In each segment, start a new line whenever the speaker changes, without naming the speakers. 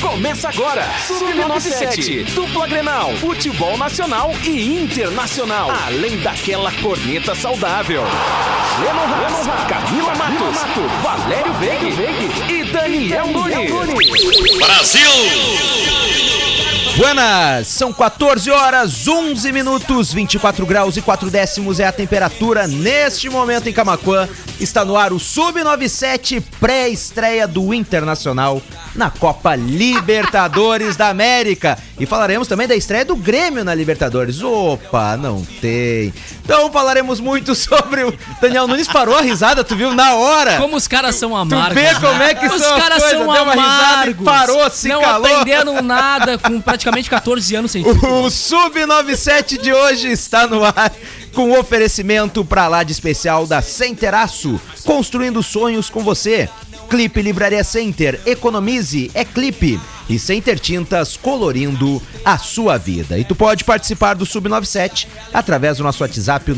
Começa agora, Sub-97, dupla Grenal, futebol nacional e internacional. Além daquela corneta saudável. Lennon Haas, Camila Matos, Valério Veig e Daniel Nunes.
Buenas, são 14 horas, 11 minutos, 24 graus e 4 décimos é a temperatura neste momento em Camacuã. Está no ar o Sub-97, pré-estreia do Internacional na Copa Libertadores da América. E falaremos também da estreia do Grêmio na Libertadores. Opa, não tem. Então falaremos muito sobre o... Daniel Nunes parou a risada, tu viu? Na hora.
Como os caras são
Tu
amargos.
vê como
né?
é que
Os
são as
caras
coisas,
são
deu uma risada e
amargos.
parou, se
não
calou.
aprenderam nada com praticamente 14 anos sem futebol.
O Sub-97 de hoje está no ar com um oferecimento pra lá de especial da Centeraço, construindo sonhos com você. Clipe Livraria Center, economize, é clipe. E Center Tintas, colorindo a sua vida. E tu pode participar do Sub-97 através do nosso WhatsApp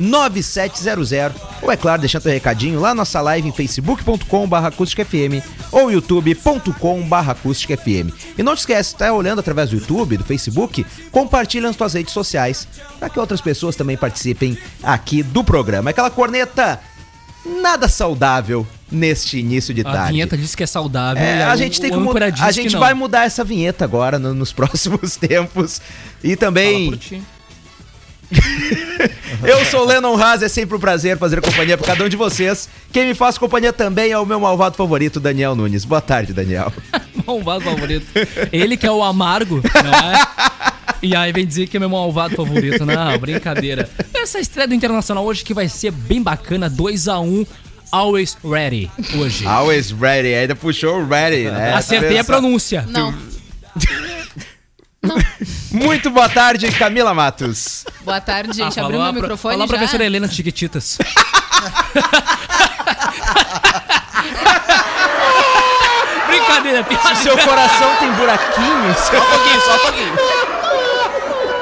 986369700 ou, é claro, deixando teu recadinho lá na nossa live em facebook.com.br acústicafm ou youtube.com.br acústicafm. E não te esquece, tá olhando através do YouTube, do Facebook, compartilha nas tuas redes sociais para que outras pessoas também participem aqui do programa. Aquela corneta nada saudável neste início de
A
tarde.
vinheta diz que é saudável.
É,
e aí
a
o-
gente tem
o
que
âncora
mudar.
diz
A
que
gente
não.
vai mudar essa vinheta agora no- nos próximos tempos. E
Fala
também,
por ti.
eu sou o Lennon Haas, é sempre um prazer fazer companhia pra cada um de vocês. Quem me faz companhia também é o meu malvado favorito, Daniel Nunes. Boa tarde, Daniel.
Malvado favorito. Ele que é o amargo, não é? E aí vem dizer que é meu malvado favorito. Não, brincadeira. Essa estreia do Internacional hoje que vai ser bem bacana. 2x1, always ready hoje.
Always ready, ainda puxou o ready, né?
Acertei a
Pensa-
pronúncia.
Não.
Muito boa tarde, Camila Matos.
Boa tarde, gente.
Ah,
Abriu
falou
meu
a pro-
microfone
Falou a
já.
professora Helena Chiquititas. Brincadeira, piada.
Seu coração tem buraquinhos?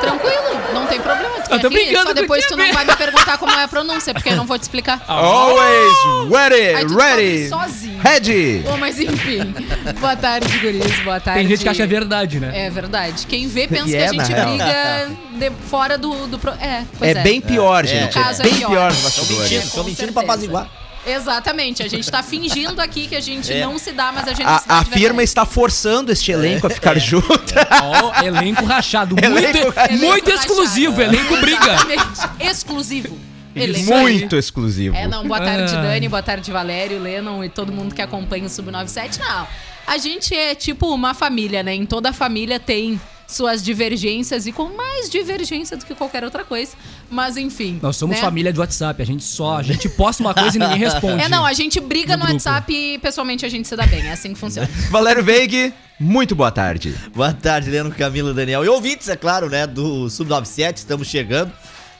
Tranquilo, não tem problema. Tu
Eu
quer
tô
que-
brincando
Só depois tu
contigo,
não
né?
vai me perguntar como é a pronúncia, porque eu não vou te explicar.
Ah.
Always
Aí
ready,
tu
ready.
fala sozinho.
Ready.
Bom, mas enfim. Boa tarde, guris. Boa tarde.
Tem gente que acha verdade, né?
É verdade. Quem vê pensa
E
que
é,
a gente
na real.
briga de- fora do... do pro... É,
É
pois é.
bem pior, gente.
No caso,
É
é
bem
pior.
pior nos
Tô
bastidores.
mentindo, tô
Com
mentindo
certeza.
pra apaziguar.
Exatamente. A gente tá fingindo aqui que a gente não se dá, mas a gente se dá
A, a
de
firma
verdade. É.
está forçando este elenco a ficar junto.
Ó, elenco rachado. Muito,
Elenco rachado.
muito
Elenco
exclusivo,
rachado.
elenco briga.
Exatamente. Exclusivo. Elenco
Muito exclusivo.
É, não, boa tarde,
Ah.
Dani, boa tarde, Valério, Lennon e todo mundo que acompanha o Sub97. Não, a gente é tipo uma família, né? Em toda família tem suas divergências e com mais divergência do que qualquer outra coisa. Mas enfim.
Nós somos
né?
família de WhatsApp, a gente só, a gente posta uma coisa e ninguém responde.
É, não, a gente briga
No
no,
grupo.
WhatsApp e pessoalmente a gente se dá bem. É assim que funciona.
Valério Veig, muito boa tarde.
Boa tarde, Leno, Camilo, Daniel. E ouvintes, é claro, né, do Sub97, estamos chegando.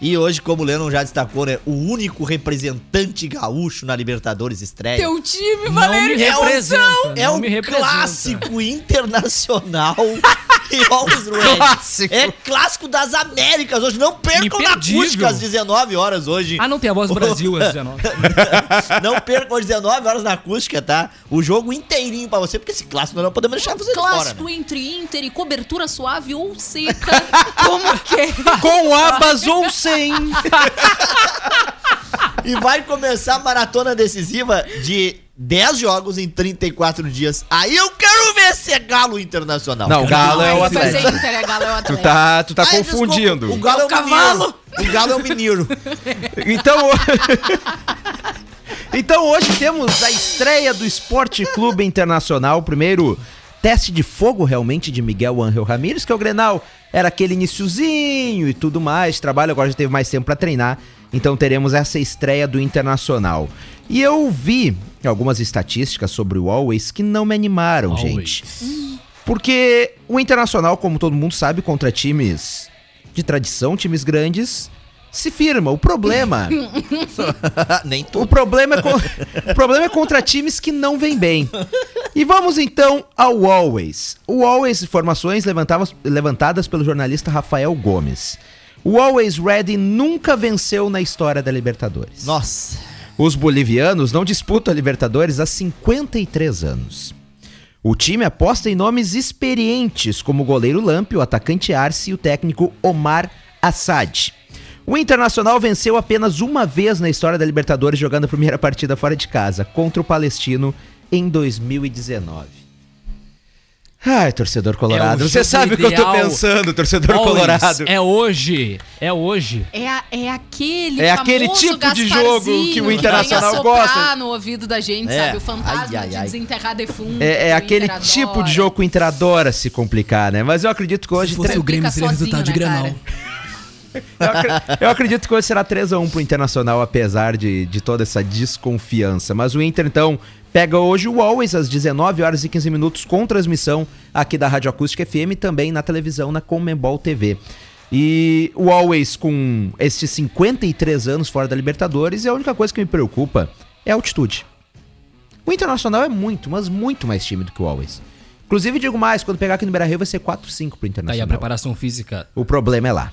E hoje, como o Lennon já destacou, né, o único representante gaúcho na Libertadores estreia.
Teu time,
Não
Valério!
me
é o
representa,
São- é
não
o
me representa.
clássico internacional. e always ready.
Clássico.
É clássico das Américas hoje. Não percam na
Imperdível.
acústica às 19 horas hoje.
Ah, não tem a voz do Brasil, às 19.
Não percam às 19 horas na acústica, tá? O jogo inteirinho pra você, porque esse clássico nós não podemos deixar você de fora.
Clássico
né?
entre Inter e cobertura suave ou seca. Como que?
Com abas ou sem.
E vai começar a maratona decisiva de 10 jogos em 34 dias. Aí eu quero ver se é Galo Internacional.
Não, o Galo é o
Ai, pois
Atlético.
Inter, é Galo é o
Tu
Atlético.
tá, tu tá
Ai, desculpa,
confundindo.
O Galo é o
cavalo.
cavalo. O Galo é o menino.
Então. então hoje temos a estreia do Esporte Clube Internacional, o primeiro teste de fogo realmente de Miguel Angel Ramírez, que é o Grenal era aquele iniciozinho e tudo mais, trabalho agora já teve mais tempo pra treinar. Então teremos essa estreia do Internacional. E eu vi algumas estatísticas sobre o Always que não me animaram, gente. Porque o Internacional, como todo mundo sabe, contra times de tradição, times grandes, se firma. O problema,
Nem tu.
o problema é, con- o problema é contra times que não vêm bem. E vamos então ao Always. O Always, informações levantava- levantadas pelo jornalista Rafael Gomes. O Always Ready nunca venceu na história da Libertadores.
Nossa.
Os bolivianos não disputam a Libertadores há 53 anos. O time aposta em nomes experientes, como o goleiro Lampe, o atacante Arce e o técnico Omar Assad. O Internacional venceu apenas uma vez na história da Libertadores jogando a primeira partida fora de casa, contra o Palestino em 2019. Ai, torcedor colorado,
É o
você
jogo
sabe o que eu tô
ideal.
pensando, torcedor
Always.
colorado.
É hoje. É hoje.
É, a- é aquele
É aquele
famoso
tipo de
Gasparzinho
jogo que o
vem
Internacional
assoprar
gosta.
no ouvido da gente,
É.
sabe? O fantasma
Ai, ai,
de
ai.
desenterrar
um
defunto.
É, é
o
aquele
Inter
tipo
adora.
de jogo que o Inter adora se complicar, né? Mas eu acredito que hoje.
Se fosse
tre-
o Grêmio,
Fica
seria
sozinho,
resultado de
né, cara?
Granal.
eu, acre- eu acredito que hoje será 3x1 pro Internacional, apesar de, de toda essa desconfiança. Mas o Inter, então, pega hoje o Always às 19 horas e 15 minutos, com transmissão aqui da Rádio Acústica FM e também na televisão, na Comembol TV. E o Always, com esses 53 anos fora da Libertadores, e a única coisa que me preocupa é a altitude. O Internacional é muito, mas muito mais tímido que o Always. Inclusive, digo mais, quando pegar aqui no Beira-Rio vai ser 4-5 pro
Tá aí a
Internacional.
preparação física.
o problema é lá.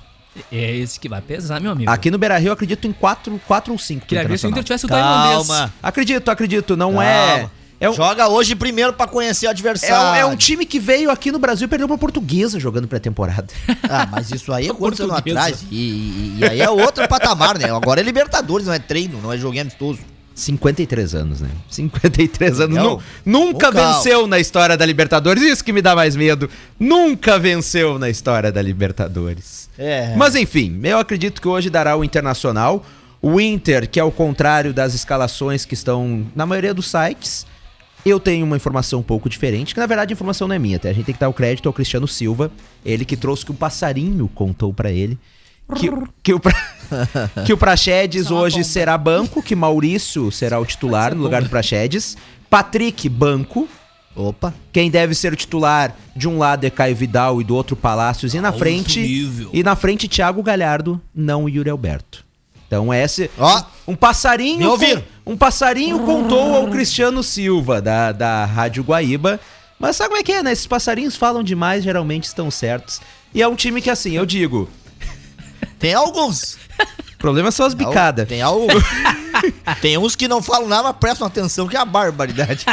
É esse que vai pesar, meu amigo.
Aqui no Beira Rio, acredito em 4 ou 5.
Queria ver se o Inter tivesse o tailandês.
Calma.
Acredito, acredito. Não é.
Calma.
É um,
Joga hoje primeiro pra conhecer o
é, um,
adversário.
é um time que veio aqui no Brasil e perdeu pra portuguesa jogando pré-temporada.
Ah, mas isso aí é quantos anos
Portuguesa.
atrás?
né?
E, e- e aí é outro patamar, né? Agora é Libertadores, não é treino, não é joguinho amistoso.
53 anos, né? 53 anos.
Não.
Nu- nunca
Ô, Cal.
venceu na história da Libertadores. Isso que me dá mais medo. Nunca venceu na história da Libertadores.
É.
Mas enfim, eu acredito que hoje dará o Internacional. O Inter, que ao contrário das escalações que estão na maioria dos sites, eu tenho uma informação um pouco diferente, que na verdade a informação não é minha, tá? A gente tem que dar o crédito ao Cristiano Silva, ele que trouxe que o passarinho contou pra ele que, que o pra... que o Praxedes
Isso é uma
hoje
bomba. é
será banco, que Maurício será o titular no lugar do Praxedes, Patrick banco,
Opa.
quem deve ser o titular de um lado é Caio Vidal e do outro Palácios. E na frente. E na frente, Thiago Galhardo, não o Yuri Alberto. Então esse.
Ó.
Um passarinho.
Me ouviram?
um passarinho contou ao Cristiano Silva, da, da Rádio Guaíba. Mas sabe como é que é, né? Esses passarinhos falam demais, geralmente estão certos. E é um time que, assim, eu digo.
Tem alguns.
O problema são as bicadas.
Tem alguns. Tem uns que não falam nada, mas prestam atenção que é a barbaridade.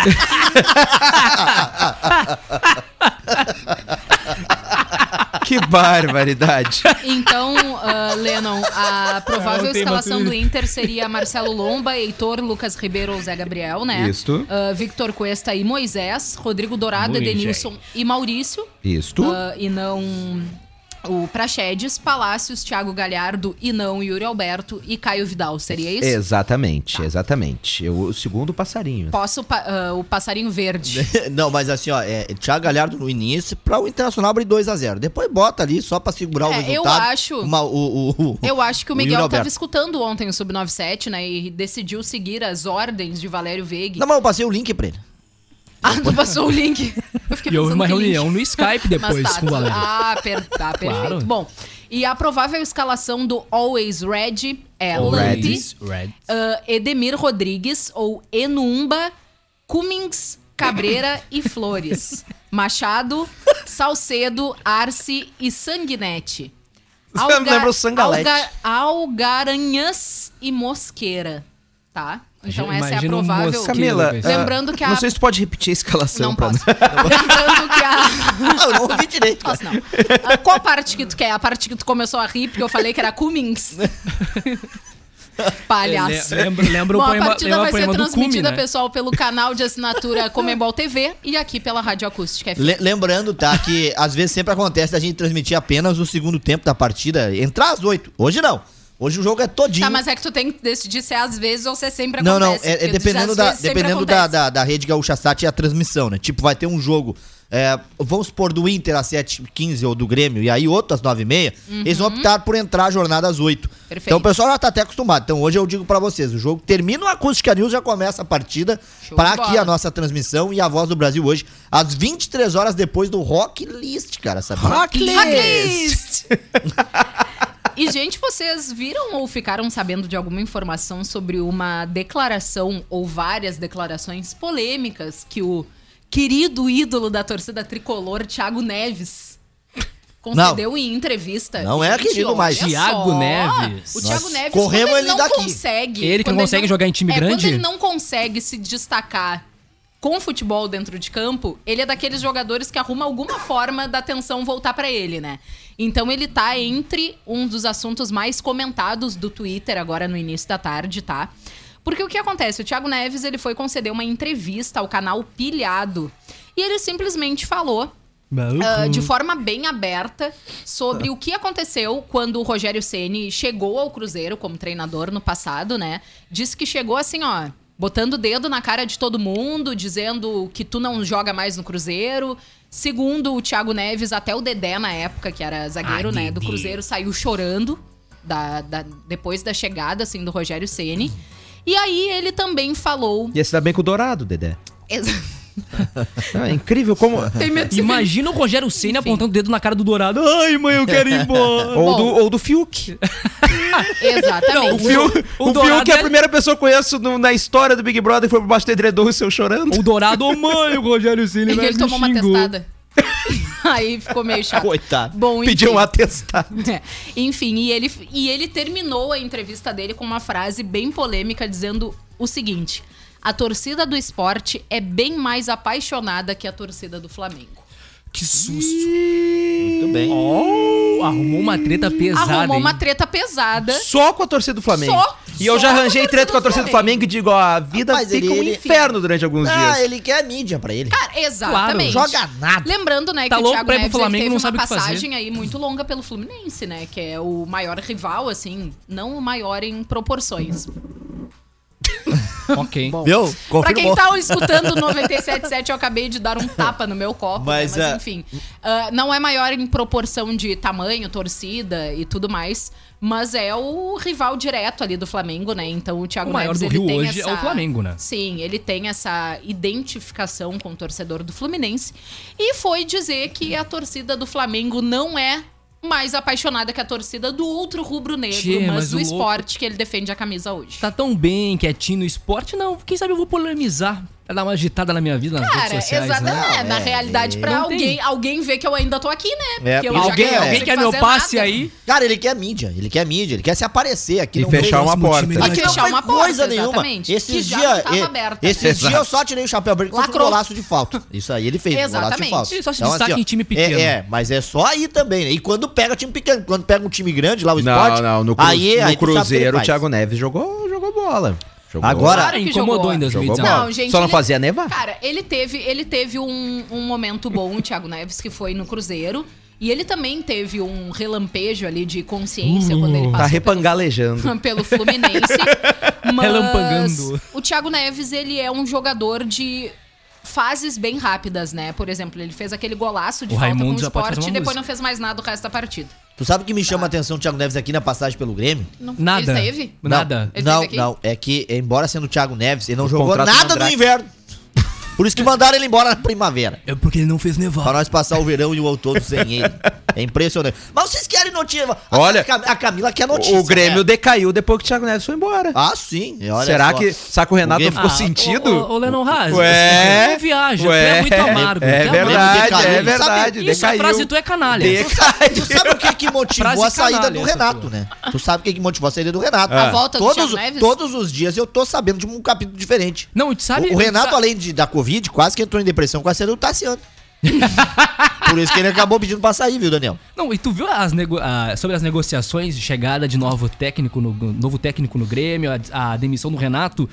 Que barbaridade.
Então, ah, Lennon, a provável escalação do Inter seria Marcelo Lomba, Heitor, Lucas Ribeiro ou Zé Gabriel,
É.
né?
Isto.
Ah, Victor Cuesta e Moisés, Rodrigo Dourado,
Moisés.
Edenilson e Maurício.
Isto.
Ah, e não o Praxedes, Palácios, Thiago Galhardo e não Yuri Alberto e Caio Vidal, seria isso?
Exatamente, exatamente. Eu, o segundo passarinho.
Posso pa- ah, o passarinho verde.
não, mas assim, ó, é Thiago Galhardo no início pra o Internacional abrir 2x0. Depois bota ali só pra segurar o
É, eu
resultado.
acho-
Uma, o, o- o-
Eu acho que o
Yuri
Miguel
Alberto.
estava escutando ontem o Sub97, né? E decidiu seguir as ordens de Valério Veiga.
Não, mas eu passei o link pra ele.
Ah, tu passou o link. Eu fiquei
E houve
pensando
uma
que link.
reunião no Skype depois
Mas tá,
com o Valério.
Ah, per, tá, perfeito.
Claro.
Bom, e a provável escalação do Always Red é Lampe,
Always Red.
ah, Edemir Rodrigues ou Enumba, Cummings, Cabreira e Flores. Machado, Salcedo, Arce e Sanguinete.
Você me lembra o Sangalete.
Algaranhas e Mosqueira, tá? Então essa é a
Imagina um
provável...
mosqueiro.
Camila,
Lucas.
ah,
Lembrando que a-
Não sei se tu pode repetir a escalação
Não
pra
posso. Lembrando que a...
Ah, eu não ouvi direito. cara.
Posso não. Ah, Qual parte que tu quer? A parte que tu começou a rir porque eu falei que era Cummings? Palhaço.
É, Le- lembra- lembra o
Bom, a
poema-
partida
lembra o
vai ser
poema do
transmitida,
Cume, né?
pessoal, pelo canal de assinatura Comembol TV e aqui pela Rádio Acústica FM.
Le- lembrando, tá, que às vezes sempre acontece a gente transmitir apenas o segundo tempo da partida, entrar às oito. Hoje não. Hoje o jogo é todinho.
Tá, mas é que tu tem que decidir se é às vezes ou se é sempre
Não,
acontece.
não, é- é,
porque
dependendo,
às
da,
vezes sempre
dependendo da,
acontece.
da, da rede Gaúcha Sat e a transmissão, né? Tipo, vai ter um jogo, é, vamos supor, do Inter às 7h15 ou do Grêmio, e aí outro às 9h30, eles vão optar por entrar a jornada às 8
Uhum. Perfeito.
Então o pessoal já tá até acostumado. Então hoje eu digo pra vocês, o jogo termina o Acústica News, já começa a partida
Show
pra
de
aqui
bola.
a nossa transmissão e a Voz do Brasil hoje, às 23 horas depois do Rock List, cara, sabia?
Hacklist! E, gente, vocês viram ou ficaram sabendo de alguma informação sobre uma declaração ou várias declarações polêmicas que o querido ídolo da torcida tricolor, Thiago Neves, concedeu em entrevista?
Não é
Gente,
querido
olha
mais.
Thiago Neves.
O
Nós
Thiago Neves,
corremos
quando ele
ele
não
daqui.
consegue...
Ele que
quando
não consegue jogar em time
é,
grande?
quando ele não consegue se destacar com futebol dentro de campo, ele é daqueles jogadores que arruma alguma forma da atenção voltar pra ele, né? Então ele tá entre um dos assuntos mais comentados do Twitter agora no início da tarde, tá? Porque o que acontece? O Thiago Neves ele foi conceder uma entrevista ao canal Pilhado e ele simplesmente falou ah, de forma bem aberta sobre o que aconteceu quando o Rogério Ceni chegou ao Cruzeiro como treinador no passado, né? Disse que chegou assim, ó, botando o dedo na cara de todo mundo, dizendo que tu não joga mais no Cruzeiro. Segundo o Thiago Neves, até o Dedé na época, que era zagueiro, né, do Cruzeiro, saiu chorando da- da- depois da chegada assim do Rogério Ceni. E aí ele também falou
Ia se dar bem com o Dourado, Dedé. É incrível como.
Tem medo de se
Imagina o Rogério Senna apontando o dedo na cara do Dourado. Ai, mãe, eu quero ir embora.
Ou do, ou do Fiuk.
Exatamente.
O, Fiu-
o
o
Dourado
Fiuk é a
é-
primeira pessoa que eu conheço no- na história do Big Brother que foi pro baixo do edredom e saiu chorando.
o Dourado, ô mãe, o Rogério Senna.
É ele
me
tomou uma
xingou.
testada. Aí ficou meio chato.
Coitado.
Bom, enfim.
Pediu um atestado.
É. Enfim, e ele, e ele terminou a entrevista dele com uma frase bem polêmica dizendo o seguinte: a torcida do esporte é bem mais apaixonada que a torcida do Flamengo.
Que susto.
Muito bem.
Oh, arrumou uma treta pesada.
Arrumou uma
hein?
treta pesada.
Só com a torcida do Flamengo.
Só-
e eu
só
já
com a
arranjei
torcida
treta com a
do
torcida do Flamengo
Flamengo.
e digo, ó, a vida
Rapaz,
fica
ele-
um
ele-
inferno durante alguns
Ah,
dias.
ele quer a mídia pra ele.
Cara, exatamente.
Joga nada.
Lembrando, né,
Tá
que o
louco
Thiago
pra ir pro
Neves ele
Flamengo,
teve
não
uma
sabe o que fazer.
passagem aí muito longa pelo Fluminense, né? Que é o maior rival, assim, não o maior em proporções.
Ok.
Viu? Confirmou.
Pra quem tá escutando o 97.7, eu acabei de dar um tapa no meu copo, né?
Mas,
mas,
é-
enfim. ah, não é maior em proporção de tamanho, torcida e tudo mais, mas é o rival direto ali do Flamengo, né? Então o Thiago
O maior
Neves,
do
ele
Rio
tem
hoje
essa-
é o Flamengo, né?
Sim, ele tem essa identificação com o torcedor do Fluminense e foi dizer que a torcida do Flamengo não é mais apaixonada que a torcida do outro rubro-negro,
Tchê,
mas,
mas
do
o louco-
esporte que ele defende a camisa hoje.
Tá tão bem, quietinho no esporte. Não, quem sabe eu vou polemizar. Pra dar uma agitada na minha vida nas
Cara,
redes sociais,
exatamente.
né?
É, na
é,
realidade, pra
não tem.
alguém, alguém ver que eu ainda tô aqui, né?
É,
Porque eu
porque-
já
Alguém,
ganhei,
quer-
não
alguém
sei
quer
fazer
meu passe
nada.
aí?
Cara, ele quer mídia, ele quer mídia, ele quer se aparecer aqui.
E
não
fechar
tem-
uma
próximo
porta. né?
time
Aqui
Mas
não
fechar
foi
uma
coisa
porta,
nenhuma.
exatamente, que
Esses
já
dias,
não tava
e-
aberta,
esses
né?
dias eu só tirei o chapéu pra ele porque foi um
Lacrou.
golaço de falta. Isso aí ele fez, um golaço de
Exatamente.
falta.
Ele só se destaca
ó,
em time pequeno.
É, é, mas é só aí também. né? E quando pega time pequeno, quando pega um time grande lá, o esporte...
Cru-
aí, é, aí tu sabe que ele
Cruzeiro, o
faz.
Thiago Neves jogou, jogou bola. Jogou.
Agora-
Cara,
que
incomodou
jogou.
Jogou
em 2019.
bola.
Não, gente,
Só não
ele-
fazia nevar.
Cara, ele teve, ele teve um, um momento bom, o Thiago Neves, que foi no Cruzeiro. E ele também teve um relampejo ali de consciência quando ele
Tá
passou
repangalejando.
pelo Fluminense.
Relampangando.
mas o Thiago Neves, ele é um jogador de fases bem rápidas, né? Por exemplo, ele fez aquele golaço de
O
falta
Raimundo
com o
já pode fazer uma
esporte e depois
música.
não fez mais nada o resto da partida.
Tu sabe o que me chama
Tá.
a atenção o Thiago Neves aqui na passagem pelo Grêmio?
Não,
Nada.
Ele teve?
Não,
Nada.
Ele
Não,
teve aqui?
não. É que, embora sendo o Thiago Neves, ele não
O
jogou
contrato
nada no
Mandrake.
inverno. Por isso que mandaram ele embora na primavera.
É porque ele não fez nevar.
Pra nós passar o verão e o outono sem ele. É impressionante. Mas vocês querem notícia? A-
Olha,
a, Cam- a Camila quer notícia.
O Grêmio
né?
decaiu depois que o Thiago Neves foi embora.
Ah, sim. Olha
Será
só.
que. Será que o Renato
Grêmio-
ficou
Ah,
sentido?
Ô, ô, ô Lennon Haas,
Ué,
você não viaja, tu
ué,
é muito amargo.
é
tu
verdade,
amargo,
é
decaiu.
verdade,
Isso, a
decaiu.
frase tu é canalha.
Tu sabe o que, que motivou
Frase
a saída do
canalha essa
Renato,
tua.
né? Tu sabe o que, que motivou a saída do Renato.
Ah.
A volta do
todos,
Thiago Neves?
todos os dias eu tô sabendo de um capítulo diferente.
Não, tu sabe...
O- o Renato,
sabe,
além de, da Covid, quase que entrou em depressão com a saída do Tassiano. Por isso que ele acabou pedindo pra sair, viu, Daniel?
Não, e tu viu as nego- ah, sobre as negociações de chegada de novo técnico no, novo técnico no Grêmio, a, a demissão do Renato?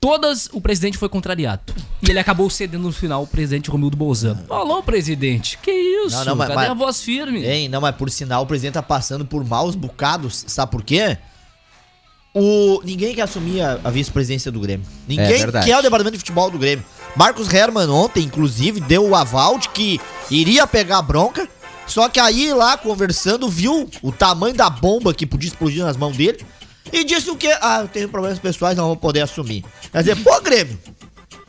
Todas o presidente foi contrariado. E ele acabou cedendo no final o presidente Romildo Bolzano. Alô, presidente, que isso?
Não, não, mas-
Cadê
mas-
a voz firme?
Hein? Não, mas por sinal, o presidente tá passando por maus bocados. Sabe por quê? O... Ninguém quer assumir a, a vice-presidência do Grêmio.
É
Ninguém
verdade.
quer o departamento de futebol do Grêmio. Marcos Herman ontem, inclusive, deu o aval de que iria pegar a bronca. Só que aí, lá conversando, viu o tamanho da bomba que podia explodir nas mãos dele. E disse o quê? Ah, eu tenho problemas pessoais, não vou poder assumir. Quer dizer, pô, Grêmio,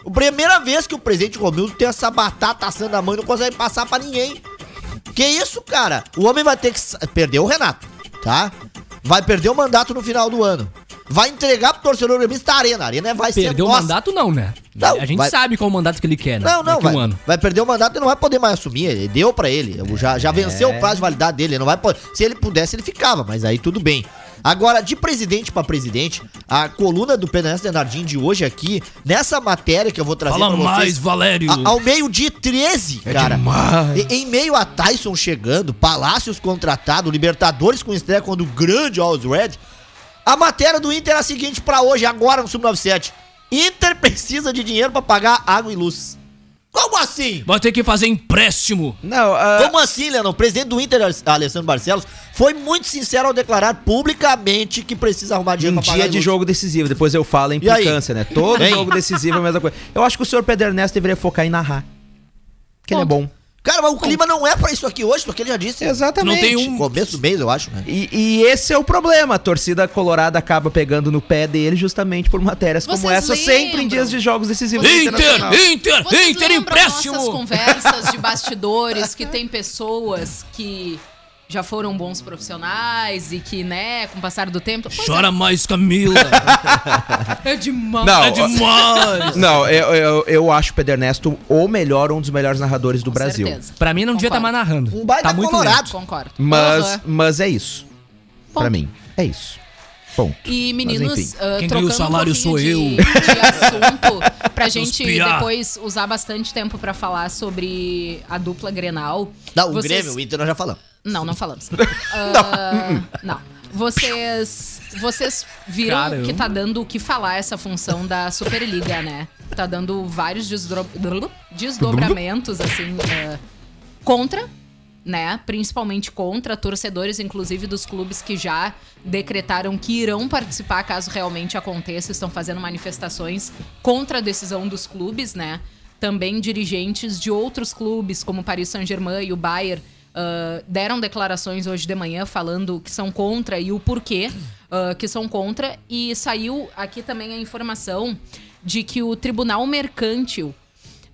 a primeira vez que o presidente Romildo tem essa batata assando na mão e não consegue passar pra ninguém. Que isso, cara? O homem vai ter que sa- perder o Renato, tá? Vai perder o mandato no final do ano. Vai entregar pro torcedor gremista a arena. A arena é, vai ser
Perdeu o
nossa.
mandato não, né?
Não,
a gente
vai-
sabe qual o mandato que ele quer, né?
Não, não,
Daqui
vai,
um ano.
vai perder o mandato e não vai poder mais assumir. Ele deu pra ele. Já, já venceu o prazo de validade dele. ele não vai poder. Se ele pudesse, ele ficava, mas aí tudo bem. Agora, de presidente pra presidente, a coluna do PNS Denardim de hoje aqui, nessa matéria que eu vou trazer
Fala
pra vocês, Ah,
mais, Valério.
a- ao meio-dia 13, cara. E- em meio a Tyson chegando, Palácios contratado, Libertadores com estreia quando o grande Alls Red. A matéria do Inter é a seguinte pra hoje, agora no Sub-97. Inter precisa de dinheiro pra pagar água e luz. Como assim?
Vai ter que fazer empréstimo.
Não, ah,
Como assim, Leandro? O presidente do Inter, Alessandro Barcelos, foi muito sincero ao declarar publicamente que precisa arrumar dinheiro
um
pra pagar
dia
a
de
luz.
jogo decisivo, depois eu falo a
E aí?
implicância, né? Todo
Hein?
jogo decisivo é a mesma coisa. Eu acho que o senhor Pedro Ernesto deveria focar em narrar. Que ele é bom.
Cara, mas o clima não é pra isso aqui hoje, porque ele já disse.
Exatamente.
Não tem um-
Começo do mês, eu acho, né?
E, e esse é o problema. A torcida colorada acaba pegando no pé dele justamente por matérias como
Vocês
essa, sempre em
lembram?
dias de jogos decisivos. do Internacional.
Inter, Inter,
Vocês
Inter,
lembram nossas
empréstimo.
conversas de bastidores que tem pessoas que já foram bons profissionais e que, né, com o passar do tempo... Pois
Chora mais, Camila.
É, é demais.
Não,
é demais.
Não, eu, eu, eu acho o Pedro Ernesto o melhor, um dos melhores narradores do
Com
Brasil.
certeza.
Pra mim não devia estar mais
Concordo.
narrando.
Um baita
tá muito
colorado.
lento.
Concordo. Uhum.
Mas,
Aham.
mas é isso. Pra
Ponto.
mim, é isso. Bom.
E meninos,
enfim.
ah,
Quem ganha o
trocando
salário
um
sou eu.
pouquinho De, de assunto pra gente
piá.
depois usar bastante tempo pra falar sobre a dupla Grenal.
Não, o
Vocês-
Grêmio, Hum. o Inter nós já falamos.
Não, não falamos. Ah, não. Vocês, vocês viram
Caramba.
que tá dando o que falar essa função da Superliga, né? Tá dando vários desdro- desdobramentos, assim, ah, contra, né? Principalmente contra torcedores, inclusive dos clubes que já decretaram que irão participar caso realmente aconteça, estão fazendo manifestações contra a decisão dos clubes, né? Também dirigentes de outros clubes, como o Paris Saint-Germain e o Bayern, ah, deram declarações hoje de manhã falando que são contra e o porquê ah, que são contra. E saiu aqui também a informação de que o Tribunal Mercantil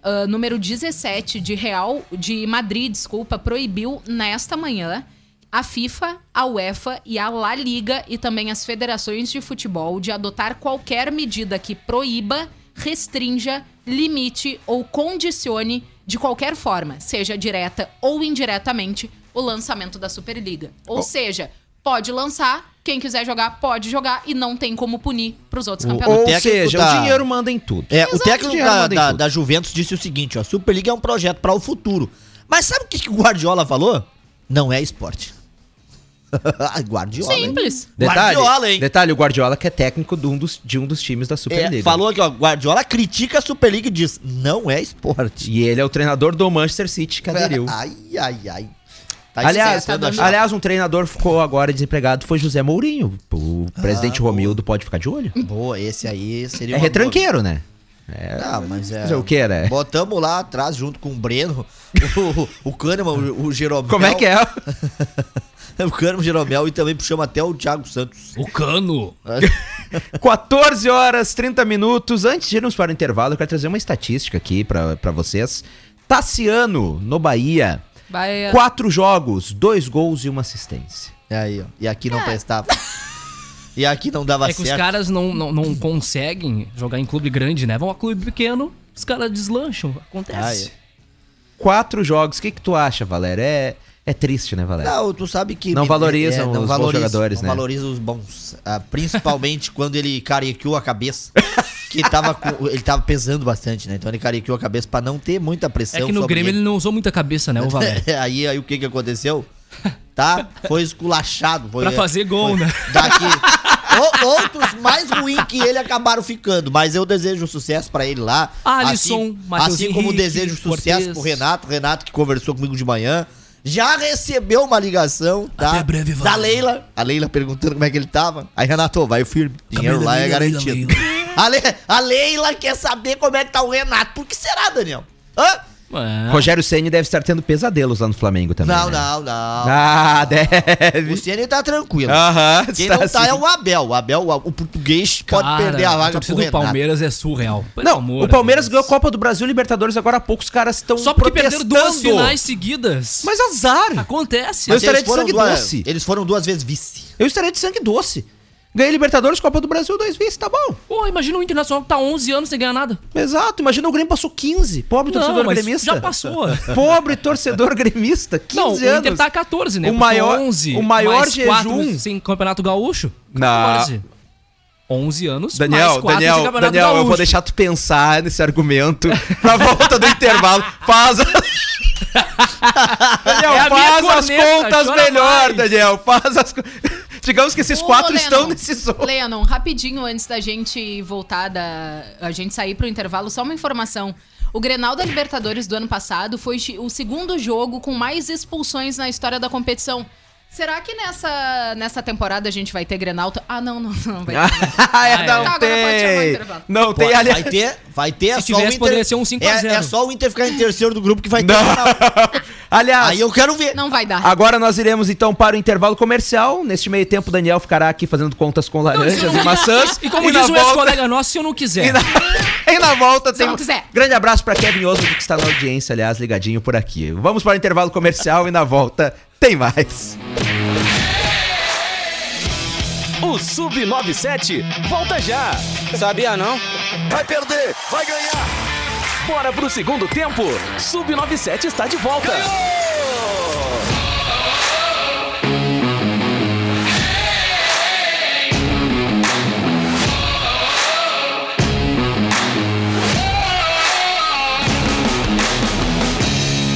ah, número 17 de Real de Madrid, desculpa, proibiu nesta manhã a FIFA, a UEFA e a La Liga e também as federações de futebol de adotar qualquer medida que proíba, restrinja, limite ou condicione de qualquer forma, seja direta ou indiretamente, o lançamento da Superliga. Ou seja, pode lançar, quem quiser jogar pode jogar e não tem como punir pros outros campeonatos.
Ou
técnico
seja,
tá-
o dinheiro manda em tudo.
É, o
Exato,
técnico
dinheiro
da,
manda em
da-
tudo.
da Juventus disse o seguinte, ó, Superliga é um projeto para o futuro. Mas sabe o que, que o Guardiola falou? Não é esporte. Guardiola. hein?
Simples.
Detalhe,
Guardiola, hein?
detalhe, o Guardiola que é técnico de um dos, de um dos times da
É,
Superliga.
falou aqui, ó, Guardiola critica a Superliga e diz, não é esporte.
E ele é o treinador do Manchester City que aderiu.
Ai, ai, ai. Ah, Tá
Aliás,
esquecendo a chave.
aliás, um treinador ficou agora desempregado foi José Mourinho. O
Ah,
presidente Romildo pode ficar de olho.
Boa, esse aí
É
seria uma boa.
retranqueiro, né?
Ah, mas é...
Fazer o quê, né?
Botamos lá atrás, junto com o Breno, o, o Kahneman, o, o Jeromel.
Como é que é?
O Kahneman, o Jeromel e também puxamos até o Thiago Santos.
O cano.
14 horas, 30 minutos. Antes de irmos para o intervalo, eu quero trazer uma estatística aqui pra pra vocês. Tassiano, no Bahia.
Vai,
Quatro jogos, dois gols e uma assistência.
É aí, ó. E aqui não prestava. E aqui não dava
É que os
Tá certo.
caras não, não, não conseguem jogar em clube grande, né? Vão a clube pequeno, os caras deslancham. Acontece.
Ah,
Quatro jogos. O que, que tu acha, Valério? É, é triste, né, Valério?
Não, tu sabe que. é,
Não valorizam os bons jogadores,
não
né?
valorizam os bons. Ah, principalmente quando ele cariqueou a cabeça. Que tava com- ele tava pesando bastante, né? Então ele cariqueou a cabeça pra não ter muita pressão.
é que no
sobre
Grêmio ele não usou muita cabeça, né, o Valério?
aí, aí o que que aconteceu? Tá? Foi esculachado. Foi,
Pra fazer gol, né?
Daqui. O- outros mais ruins que ele acabaram ficando, mas eu desejo sucesso pra ele lá.
Alisson,
assim,
Matheus
assim como
Henrique,
desejo sucesso
Cortez.
pro Renato, Renato que conversou comigo de manhã, já recebeu uma ligação, tá?
Até breve,
da
Wagner.
Leila, a Leila perguntando como é que ele tava. Aí Renato, vai firme, dinheiro
Cabelo
lá é
Leila, Leila,
garantido. A, Le- a Leila quer saber como é que tá o Renato. Por que será, Daniel? Hã?
É.
Rogério Ceni deve estar tendo pesadelos lá no Flamengo também.
Não,
né?
não, não.
Ah,
O
deve.
Ceni tá tranquilo.
Aham,
Quem
Ah, está
não tá
assim.
é o Abel. O Abel, o português, pode
Cara,
perder a vaga pro
torcida do
Renato.
Palmeiras é surreal. Pelo
Não,
amor
o Palmeiras
de
ganhou
Deus.
a Copa do Brasil Libertadores agora há pouco. Os caras estão
Só porque perderam duas
protestando.
finais seguidas.
Mas azar.
Acontece.
Mas- Eu estaria
eles
de
foram
sangue
duas,
doce.
Eles foram duas vezes vice.
Eu estaria de sangue doce. Ganhei Libertadores, Copa do Brasil, dois vice, tá bom.
Pô, imagina o Internacional que tá 11 anos sem ganhar nada.
Exato, imagina o Grêmio passou 15. Pobre
Não,
torcedor
mas
gremista.
já passou.
Pobre torcedor gremista, 15
Não,
anos.
o Inter tá 14, né?
O
Porque
maior-
11,
o maior
mais quatro
jejum-
sem Campeonato Gaúcho.
Na-
14. 11 anos, mais
Daniel,
4 sem
Daniel,
Campeonato
Daniel,
Gaúcho.
eu vou deixar tu pensar nesse argumento pra volta do intervalo. Faz. Daniel,
É a minha
faz as
corneta,
contas
chora
melhor,
mais.
Daniel. Faz as co- Digamos que esses
Ô,
quatro
Lennon,
estão nesse som.
Lennon, rapidinho antes da gente voltar, da, a gente sair pro intervalo, só uma informação. O Grenal da Libertadores do ano passado foi o segundo jogo com mais expulsões na história da competição. Será que nessa, nessa temporada a gente vai ter Grenal? t- Ah, não, não, não. Vai ter.
é,
é.
não
Tá, agora pode chamar o
tem.
intervalo.
Não tem ali.
Vai ter, vai ter, é
Se tivesse, poderia ser um 5 a
é,
0.
é só o Inter ficar em terceiro do grupo que vai ter.
Não. Aliás,
Aí eu quero ver.
não vai dar.
Agora nós iremos então para o intervalo comercial. Neste meio tempo, Daniel ficará aqui fazendo contas com
isso
laranjas
eu não- é.
e maçãs.
E como
E na
diz um
volta-
ex-colega nosso, se eu não
E
quiser.
na, e na volta tem. um
não quiser.
Grande abraço para Kevin Oswald, que está na audiência, aliás, ligadinho por aqui. Vamos para o intervalo comercial e na volta tem mais.
O Sub-97 volta já.
Sabia não?
Vai perder, vai ganhar. Bora pro segundo tempo. Sub-97 está de volta.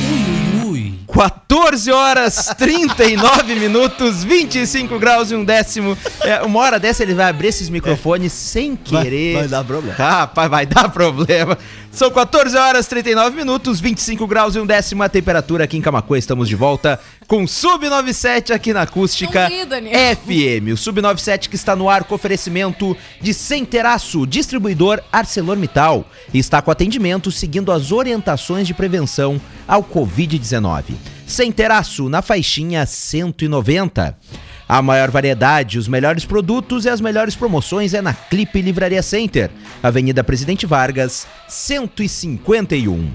Ui, ui, ui.
14 horas 39 minutos, 25 graus e um décimo. É, uma hora dessa ele vai abrir esses microfones sem
Vai-
querer.
vai dar problema.
Rapaz, vai dar problema. São 14 horas 39 minutos, 25 graus e um décimo a temperatura aqui em Camacuã. Estamos de volta com Sub97 aqui na acústica.
Não ri, Daniel.
FM, o Sub97 que está no ar com oferecimento de Centeraço, distribuidor ArcelorMittal. E está com atendimento seguindo as orientações de prevenção ao Covid-19. Centeraço, na faixinha 190. A maior variedade, os melhores produtos e as melhores promoções é na Clipe Livraria Center, Avenida Presidente Vargas, 151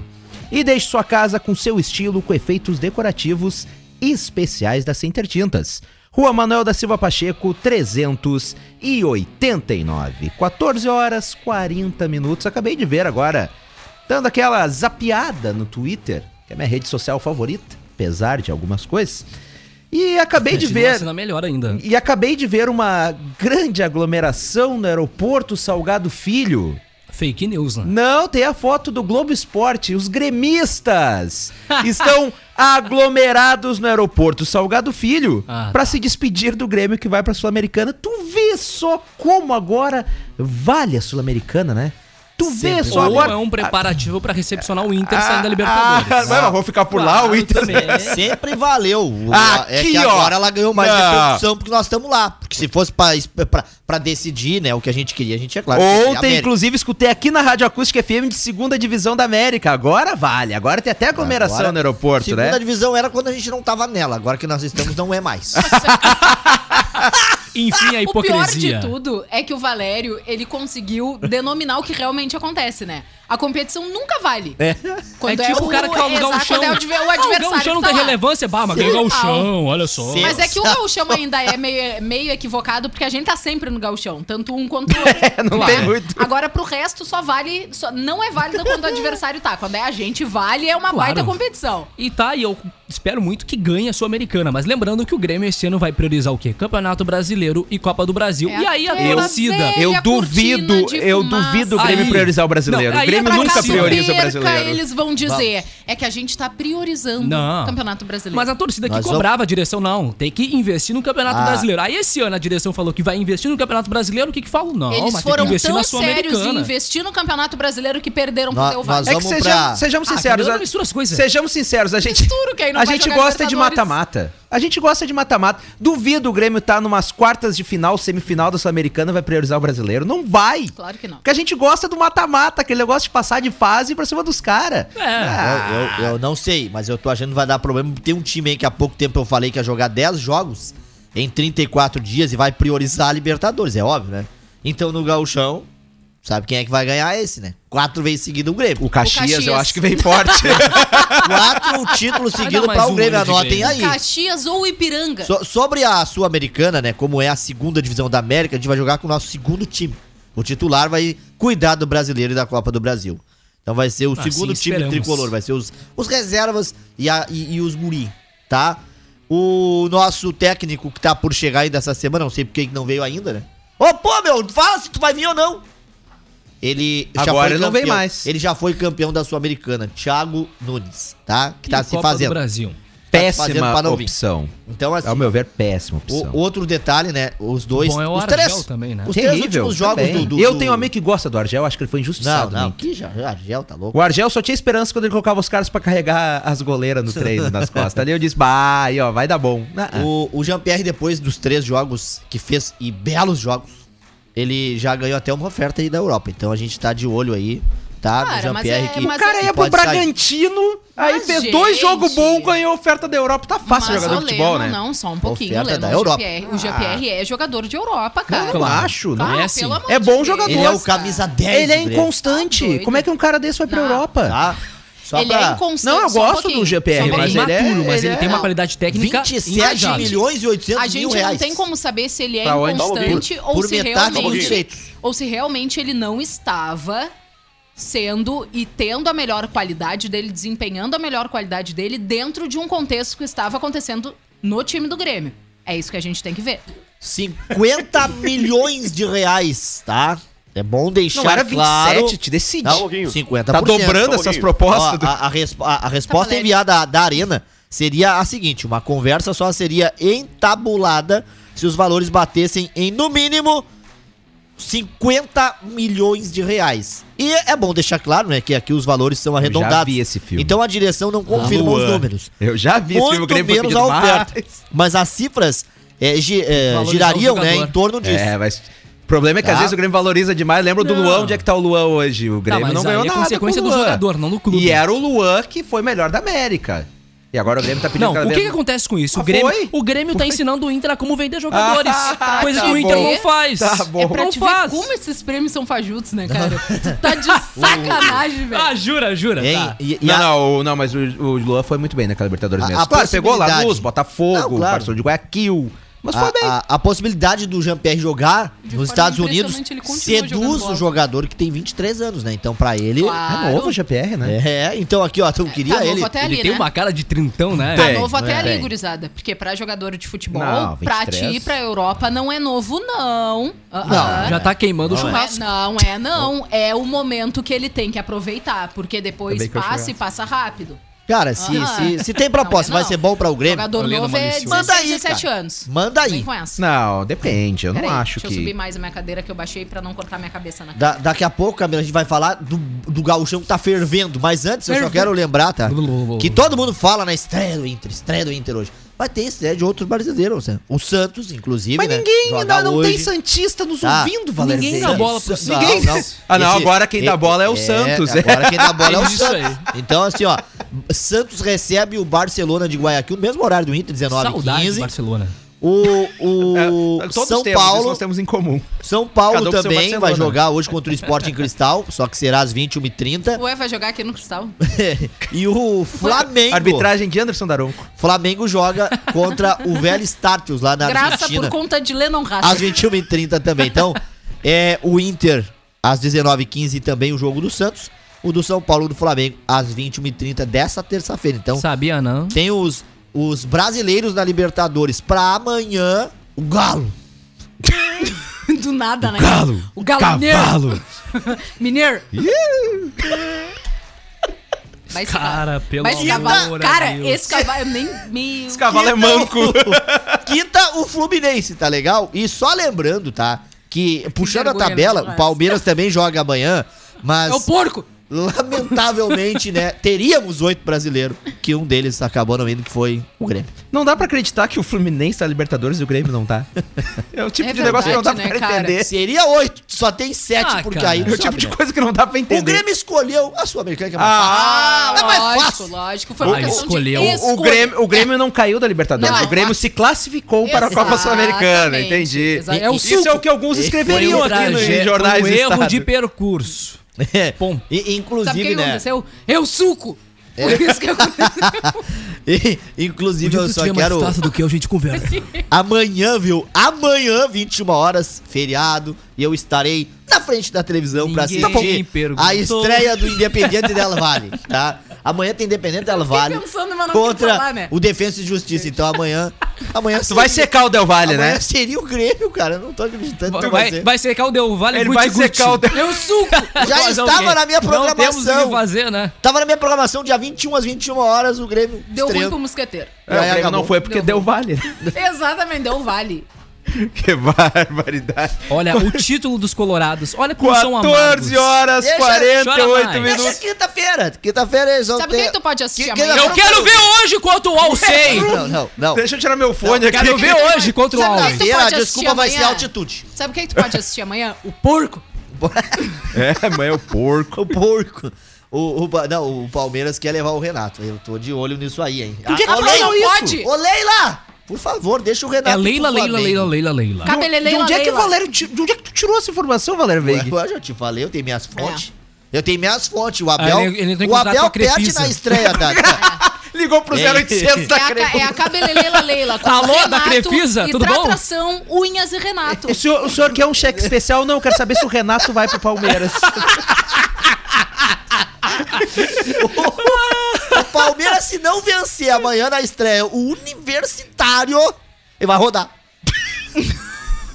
e um. deixe sua casa com seu estilo com efeitos decorativos especiais da Center Tintas. Rua Manuel da Silva Pacheco, 389. 14 horas 40 minutos. Acabei de ver agora, dando aquela zapiada no Twitter, que é minha rede social favorita, apesar de algumas coisas. E acabei de
Continua
ver.
sendo a melhor ainda.
E acabei de ver uma grande aglomeração no aeroporto Salgado Filho.
Fake news, né?
Não, tem a foto do Globo Esporte. Os gremistas estão aglomerados no aeroporto Salgado Filho
Ah,
pra para se despedir do Grêmio que vai para Sul-Americana. Tu vê só como agora vale a Sul-Americana, né? Tu vê só
Ou
agora.
é um preparativo pra recepcionar o Inter saindo da
Ah,
Libertadores.
mas vou ficar por lá, o
Claro,
Inter.
também. né?
né? Sempre valeu. O-
Ah,
é
aqui,
que
ó.
agora ela ganhou mais
Não.
repercussão porque nós estamos lá. Porque se fosse pra, es- pra, pra decidir, né, o que a gente queria, a gente é claro. que seria
Ontem,
América.
inclusive, escutei aqui na Rádio Acústica FM de segunda divisão da América. Agora vale. Agora tem até aglomeração
Agora,
no aeroporto,
segunda
né?
divisão era quando a gente não tava nela. Agora que nós estamos, não é mais.
Enfim, a hipocrisia.
O pior de tudo é que o Valério, ele conseguiu denominar o que realmente acontece, né? A competição nunca vale.
É.
Quando
é
é
tipo o,
o-
cara que
exato,
vai o
quando
chão.
é o adver- o
Ah, o
adversário
gauchão não
que tá
tem
lá. tá.
relevância. Bah, mas ganhou o gauchão, olha só.
Sim.
Mas é que o gauchão ainda é meio, meio equivocado, porque a gente tá sempre no gauchão, tanto um quanto o outro.
É, não tem muito.
Agora, pro resto, só vale... Só, não é válido quando o adversário tá. Quando é a gente, vale, é uma
Claro.
baita competição.
E tá, e eu espero muito que ganhe a Sul-Americana. Mas lembrando que o Grêmio esse ano vai priorizar o quê? Campeonato Brasileiro e Copa do Brasil.
É
e aí a
aquela
torcida.
velha
Eu duvido,
cortina de
eu
fumaça.
duvido o Grêmio
Aí-
priorizar o brasileiro.
Não,
o
aí
Grêmio
é pra
nunca
cacete.
prioriza o
perca,
brasileiro.
eles vão dizer. É que a gente tá priorizando
Não.
o Campeonato Brasileiro.
Mas a torcida que
Nós vamos-
cobrava a direção, não. Tem que investir no Campeonato
Ah.
Brasileiro. Aí esse ano a direção falou que vai investir no Campeonato Brasileiro. O que que falam? Não,
Eles
mas tem que
foram
investir na
tão sérios em
Sul-Americana.
investir no Campeonato Brasileiro que perderam
Nó-
pro teu Vasco.
nós
É que
Vamos
sejam-
pra-
sejamos
Ah,
sinceros.
cada um
a-
mistura as coisas.
Sejamos sinceros, a gente,
Mistura, que aí não
a
vai
gente
jogar
gosta de
Libertadores.
mata-mata. A gente gosta de mata-mata. Duvido o Grêmio tá numas quartas de final, semifinal da Sul-Americana vai priorizar o brasileiro. Não vai.
Claro que não.
Porque a gente gosta do mata-mata, aquele negócio de passar de fase pra cima dos Ah. caras.
É.
Eu, eu- eu não sei, mas eu tô achando que vai dar problema. Tem um time aí que há pouco tempo eu falei que ia jogar 10 jogos em 34 dias e vai priorizar a Libertadores, é óbvio, né? Então no Gauchão Sabe quem é que vai ganhar esse, né? Quatro vezes seguida o Grêmio.
O Caxias, eu
Caxias.
acho que vem forte.
Quatro títulos seguidos
mais
para o
um
Grêmio.
aí de
Anotem
Grêmio.
aí.
Caxias ou Ipiranga.
So- sobre a Sul-Americana, né? Como é a segunda divisão da América, a gente vai jogar com o nosso segundo time. O titular vai cuidar do brasileiro e da Copa do Brasil. Então vai ser o
Assim
segundo time
esperamos.
tricolor, vai ser os, os reservas e, a- e- e os guri, tá? O nosso técnico que tá por chegar ainda essa semana, não sei porque que não veio ainda, né? Ô, pô, meu, fala se tu vai vir ou não. Ele
Agora ele não
campeão.
vem mais.
Ele já foi campeão da Sul-Americana, Thiago Nunes, tá? Que tá
E
se
Copa
fazendo.
Do Brasil.
fazendo pra
Péssima
não vir.
opção.
Então, assim,
Ao É meu ver, péssima opção.
o, outro detalhe, né? Os dois.
Bom, é o
os
Argel
três,
também, né?
Os três
Terrível.
últimos jogos
também.
do, do-
Eu
do-
tenho um amigo que gosta do Argel, acho que ele foi
Não,
injustiçado.
não.
né?
Que já, Argel tá louco.
O Argel só tinha esperança quando ele colocava os caras pra carregar as goleiras no treino nas costas. Ali eu disse, bah, aí, ó, vai dar bom. Na-
O, o Jean-Pierre, depois dos três jogos que fez e belos jogos, ele já ganhou até uma oferta aí da Europa. Então a gente tá de olho aí,
Cara,
tá? no
mas
Jean-Pierre
é-
que.
mas
O cara
que
ia pro
pode sair.
Bragantino, aí
Mas,
fez dois
gente.
jogos bons, ganhou oferta da Europa. Tá fácil jogar
o
de futebol,
Lennon,
né?
Não, só um pouquinho.
Oferta
Lennon,
da
o
Europa.
GPR o GPR é jogador de Europa, cara.
Não acho, não
Ah,
é
pelo
assim.
amor
É
de
bom
Deus.
jogador.
Ele é o camisa
Ele
10.
é
do Grêmio,
Tá
inconstante.
doido.
Como é que um cara desse vai pra
Não.
Europa?
Tá? Só
Ele é
pra.
inconstante.
Não, eu
só um
gosto do
pouquinho, só
GPR,
um
mas
pouquinho.
ele é.
imaturo, mas ele
é-
tem uma qualidade técnica
27
invejável.
milhões e
A
800 mil
gente
reais.
não tem como saber se ele é
Pra onde?
inconstante ou
Por
se
metade um dos
realmente
direitos.
ou se realmente ele não estava sendo e tendo a melhor qualidade dele, desempenhando a melhor qualidade dele dentro de um contexto que estava acontecendo no time do Grêmio. É isso que a gente tem que ver.
50 milhões de reais, tá? É bom deixar
Não era 27,
claro.
te decide.
Não,
pouquinho.
50%.
Tá dobrando
só um
essas
pouquinho.
Ó,
propostas. do-
a, a respo- a- a
Tá
resposta
leve.
enviada da Arena seria a seguinte: uma conversa só seria entabulada se os valores batessem em, no mínimo, 50 milhões de reais. E é bom deixar claro, né, que aqui os valores são arredondados.
vi esse filme. Ah,
Então a direção não confirmou os
Luan.
números.
Eu já vi esse filme, o
Muito
Grêmio foi
menos a
pedido
oferta.
mais.
Mas as cifras eh, gi- eh,
Valorizar o
girariam, né,
jogador.
em torno disso.
É, mas. O problema é que às
Tá.
vezes o Grêmio valoriza demais. Lembra do Luan? Onde é que tá o Luan hoje? O Grêmio
mas
não
aí
ganhou
é
nada.
consequência
com o
do
Luan.
jogador, não do clube.
E era o Luan que foi melhor da América. E agora o Grêmio tá pedindo
Não,
cada
o que,
vez-
que acontece com isso?
Ah,
o Grêmio,
foi?
o Grêmio tá ensinando o Inter a como vender jogadores.
Ah,
coisa
tá
que o Inter
bom.
não faz.
Tá bom.
É pra
não
te
faz.
ver como esses prêmios são fajutos, né, cara? Tu tá de sacanagem, velho.
Ah, jura, jura.
Hein?
Tá.
E- e
Não,
a-
não, o- não, mas o, o Luan foi muito bem naquela Libertadores
A-
mesmo.
a
claro, pegou lá
possibilidade-
Luz,
Não,
Botafogo,
claro.
Barcelona de Guayaquil. Mas
a,
foi bem.
a- a possibilidade do Jean-Pierre jogar
De
nos
forma
Estados Unidos
impressionante, ele continua jogando
seduz
bola.
o jogador que tem 23 anos, né? Então, pra ele.
Claro.
É novo o GPR, né?
É, então aqui, ó, tu queria
Tá
ele.
novo até
Ele
ali,
tem
né?
uma cara de trintão, né?
Tá
Tem,
novo até
né?
ali,
Tem.
gurizada. Porque pra jogador de futebol,
Não,
pra
23.
ti ir pra Europa não é novo, não. Ah, ah.
Já tá queimando o
Não é,
churrasco.
não, é não. É o momento que ele tem que aproveitar, porque depois
Também que eu
passa
chegasse.
e passa rápido.
Cara, se,
Aham.
se, se tem proposta,
Não, é
vai
não.
ser bom pra o Grêmio.
Jogador
Olhando
novo é
malicioso.
16,
Manda aí,
17
cara.
anos.
Manda
Vem
aí.
com essa.
Não, depende. Eu não
Peraí,
acho
deixa
que.
eu subir mais a minha cadeira que eu baixei pra não cortar minha cabeça né? na cara.
Da- daqui a pouco, Camila, a gente vai falar do, do gauchão que tá fervendo. Mas antes, eu só quero lembrar, tá? Que todo mundo fala na estreia do Inter, estreia do Inter hoje. Mas tem estreia de outros brasileiros, né? O Santos, inclusive,
Mas
né?
ninguém
Joga
ainda não
hoje.
tem Santista nos
Tá.
ouvindo, Valério.
Ninguém
Zé.
dá bola pro
Não,
Ninguém-
não.
Ah, não,
Esse-
agora quem dá bola é o Santos.
Agora quem dá bola é o
Isso aí.
Santos. Então, assim, ó, Santos recebe o Barcelona de Guayaquil, no mesmo horário do Inter, 19
Saudade do
15
Barcelona.
O, o
É, todos
São
temos, isso
Paulo.
nós temos em comum.
São
Cada
Paulo
um com seu
também
Barcelona.
vai jogar hoje contra o Sporting Cristal, só que será às 21h30.
Ué, vai jogar aqui no cristal?
e o Flamengo.
Arbitragem de Anderson Daronco.
Flamengo joga contra o Vélez Tartus lá na
Graça
Argentina.
por conta de Lennon Racha.
às 21h30 também. Então, é o Inter às 19h15 também o jogo do Santos. O do São Paulo e do Flamengo às 21h30 dessa terça-feira. Então,
Sabia, não?
tem os, os brasileiros na Libertadores pra amanhã. O Galo.
Do nada, né? Galo. O galo mineiro. Mineiro. Mas,
Cara, pelo
mas cavalo,
amor a
cara,
Deus.
esse cavalo eu nem me.
Esse cavalo é manco.
Quinta, o Fluminense, tá legal? E só lembrando, tá? Que puxando a
vergonha,
tabela,
né,
o Palmeiras também joga amanhã. Mas,
É o porco.
lamentavelmente, né? Teríamos oito brasileiros que que um deles acabou não indo, que foi o Grêmio.
Não dá pra acreditar que o Fluminense tá na Libertadores e o Grêmio não tá. É o tipo
É
de negócio que não dá pra
verdade, né, cara?
entender.
Seria oito, só tem sete,
Ah,
porque
cara.
aí
É
não
o tipo de
sabe, né?
coisa que não dá pra entender.
O Grêmio escolheu a Sul-Americana, que é mais
Ah,
fácil. É mais
lógico,
fácil.
lógico. Foi uma
Ah,
questão
escolheu.
de
O, o
escolha.
Grêmio, o Grêmio não caiu da Libertadores.
Não.
o Grêmio se classificou para a Copa
Exatamente.
Sul-Americana, entendi.
Exa- é o
Isso é o que alguns escreveriam
Foi um
aqui nos
traje-
jornais
foi
do
um erro
estado.
de percurso.
É.
Bom.
E-
Sabe o
inclusive,
que
né?
aconteceu? Eu suco!
É.
Foi isso que aconteceu.
E- inclusive, eu só
mais
quero.
taça do que a gente conversa.
Amanhã, viu? Amanhã, 21 horas, feriado, e eu estarei na frente da televisão pra
Ninguém
assistir
perguntou.
a estreia do Independiente Del Valle, tá? Amanhã tem Independente Del Valle
pensando, mas não quis
contra
falar, né?
o Defensa e Justiça. Então amanhã, amanhã
Tu vai secar o Del Valle,
amanhã
né?
seria o Grêmio, cara. Eu não tô acreditando que vai
Vai,
ser.
vai secar o Del Valle
Ele
guti,
vai
guti.
secar o Del
Eu suco!
Já
Fazer o
estava
quê?
na minha
Não temos o
programação.
que fazer, né?
Tava na minha programação dia 21 às 21 horas o Grêmio
Deu ruim
estreando.
com o mosqueteiro.
É, o
Aí
Grêmio
acabou.
não foi porque
Não.
Del Valle. né?
Exatamente, deu o vale.
que barbaridade.
Olha, o título dos Colorados. Olha como são amargos.
14 horas,
Deixa-
48
chora mais.
Deixa
minutos.
é quinta-feira. Quinta-feira eles vão
Sabe
ter-
quem tu pode assistir
Que- que-
amanhã?
Eu quero ver hoje contra o Alcei.
Não, não, não.
Deixa eu tirar meu fone aqui.
Quero ver hoje contra o
Sabe
Alcei.
quem tu pode
Quinta-feira, a
assistir
desculpa vai ser
amanhã?
altitude.
Sabe quem tu pode assistir amanhã? O porco.
É, amanhã é o porco.
O porco. O, o, Pa- não, o Palmeiras quer levar o Renato. Eu tô de olho nisso aí, hein?
que que
ô,
tu
Leila,
falou
isso?
Ô, Leila! Por favor, deixa o Renato.
É Leila,
pro
Tá
Leila,
Flamengo.
Leila, Leila, Leila.
Cabeleleila,
um
de onde é que o
Ah, leila.
Valério, ti- de onde é que tu tirou essa informação, Valério
Ué,
Veig?
Eu já te falei, eu tenho minhas
É.
fontes. Eu tenho minhas fontes. O Abel,
Ah, ele- ele entrou em
o
contato com
Abel
a Crefisa.
perde na estreia da. da-
Ligou pro
É.
0800
É
da
a, ca- é a
Crefisa.
cabelelela Leila. com
Alô, da
Renato
Crefisa,
e
tudo bom?
Tratação, unhas e Renato.
O senhor, o senhor quer um cheque especial? Não, eu quero saber se o Renato vai pro Palmeiras.
o Palmeiras, se não vencer amanhã na estreia, o Universitário, ele vai rodar.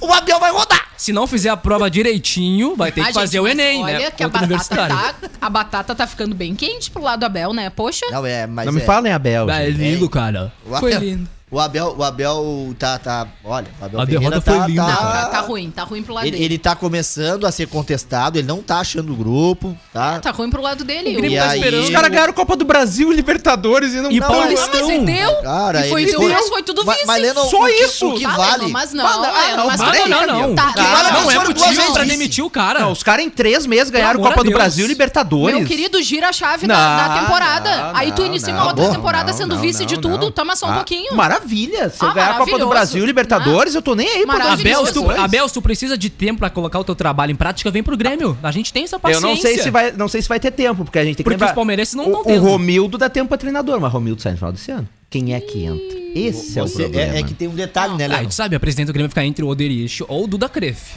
o Abel vai rodar.
Se não fizer a prova direitinho, vai ter
Ah,
que
gente,
fazer o
mas
Enem,
olha
né?
que a
Contra o
batata,
universitário.
tá, a batata tá ficando bem quente pro lado Abel, né? Poxa.
Não, é, mas.
Não me
é.
falem, Abel.
Ah, é
gente.
lindo, cara.
O
Foi
Abel-
lindo.
O Abel, o Abel tá, tá. Olha, o Abel
A
Ferreira
derrota
tá,
foi linda,
tá-
Não, tá, tá ruim, tá ruim pro lado
Ele,
dele.
ele tá começando a ser contestado, ele não tá achando o grupo, tá?
Tá ruim pro lado dele.
E
Grêmio tá
aí-
esperando.
Os caras ganharam Copa do Brasil, Libertadores e não
E
não,
Paulistão.
Não, Ah, mas ele deu.
Ah,
Cara,
e foi
ele
deu,
foi-
mas foi tudo
Mas-
vice.
mas, Lennon,
Só
o que-
isso.
O que
Ah,
vale?
Lennon, mas não,
Mas não,
Lennon, mas
não,
foi-
mas
não, não, não.
Tá,
Cara,
tá-
Não é
Duas
motivo
vezes.
pra demitir o cara.
Não, os caras em três meses ganharam
amor
Copa
a
do
Deus.
Brasil e Libertadores.
Meu querido, gira a chave
Não,
da, da temporada.
não,
Aí tu
não,
inicia
não,
uma outra
não,
temporada
não,
sendo
não,
vice de
não,
tudo.
não.
Toma só um
Ah,
pouquinho.
Maravilha! Se eu
Ah,
ganhar a Copa do
maravilhoso. Ah,
Brasil e Libertadores, eu tô nem aí pra
Maravilhoso.
Abel, se tu,
Dois.
Abel, se tu precisa de tempo pra colocar o teu trabalho em prática, vem pro Grêmio. A gente tem essa
Eu
paciência.
não sei se vai, não sei se vai ter tempo, porque a gente tem que
Porque
lembrar-
os palmeirenses não tão
o, o
tendo.
Romildo dá tempo pra treinador, mas Romildo sai no final desse ano. Quem é que entra? Esse é o
Você- é-
problema.
é, que tem um detalhe, né,
tá.
Ah, a
Lennon?
gente sabe, a presidente do Grêmio fica entre o Oderich ou o Duda Cref.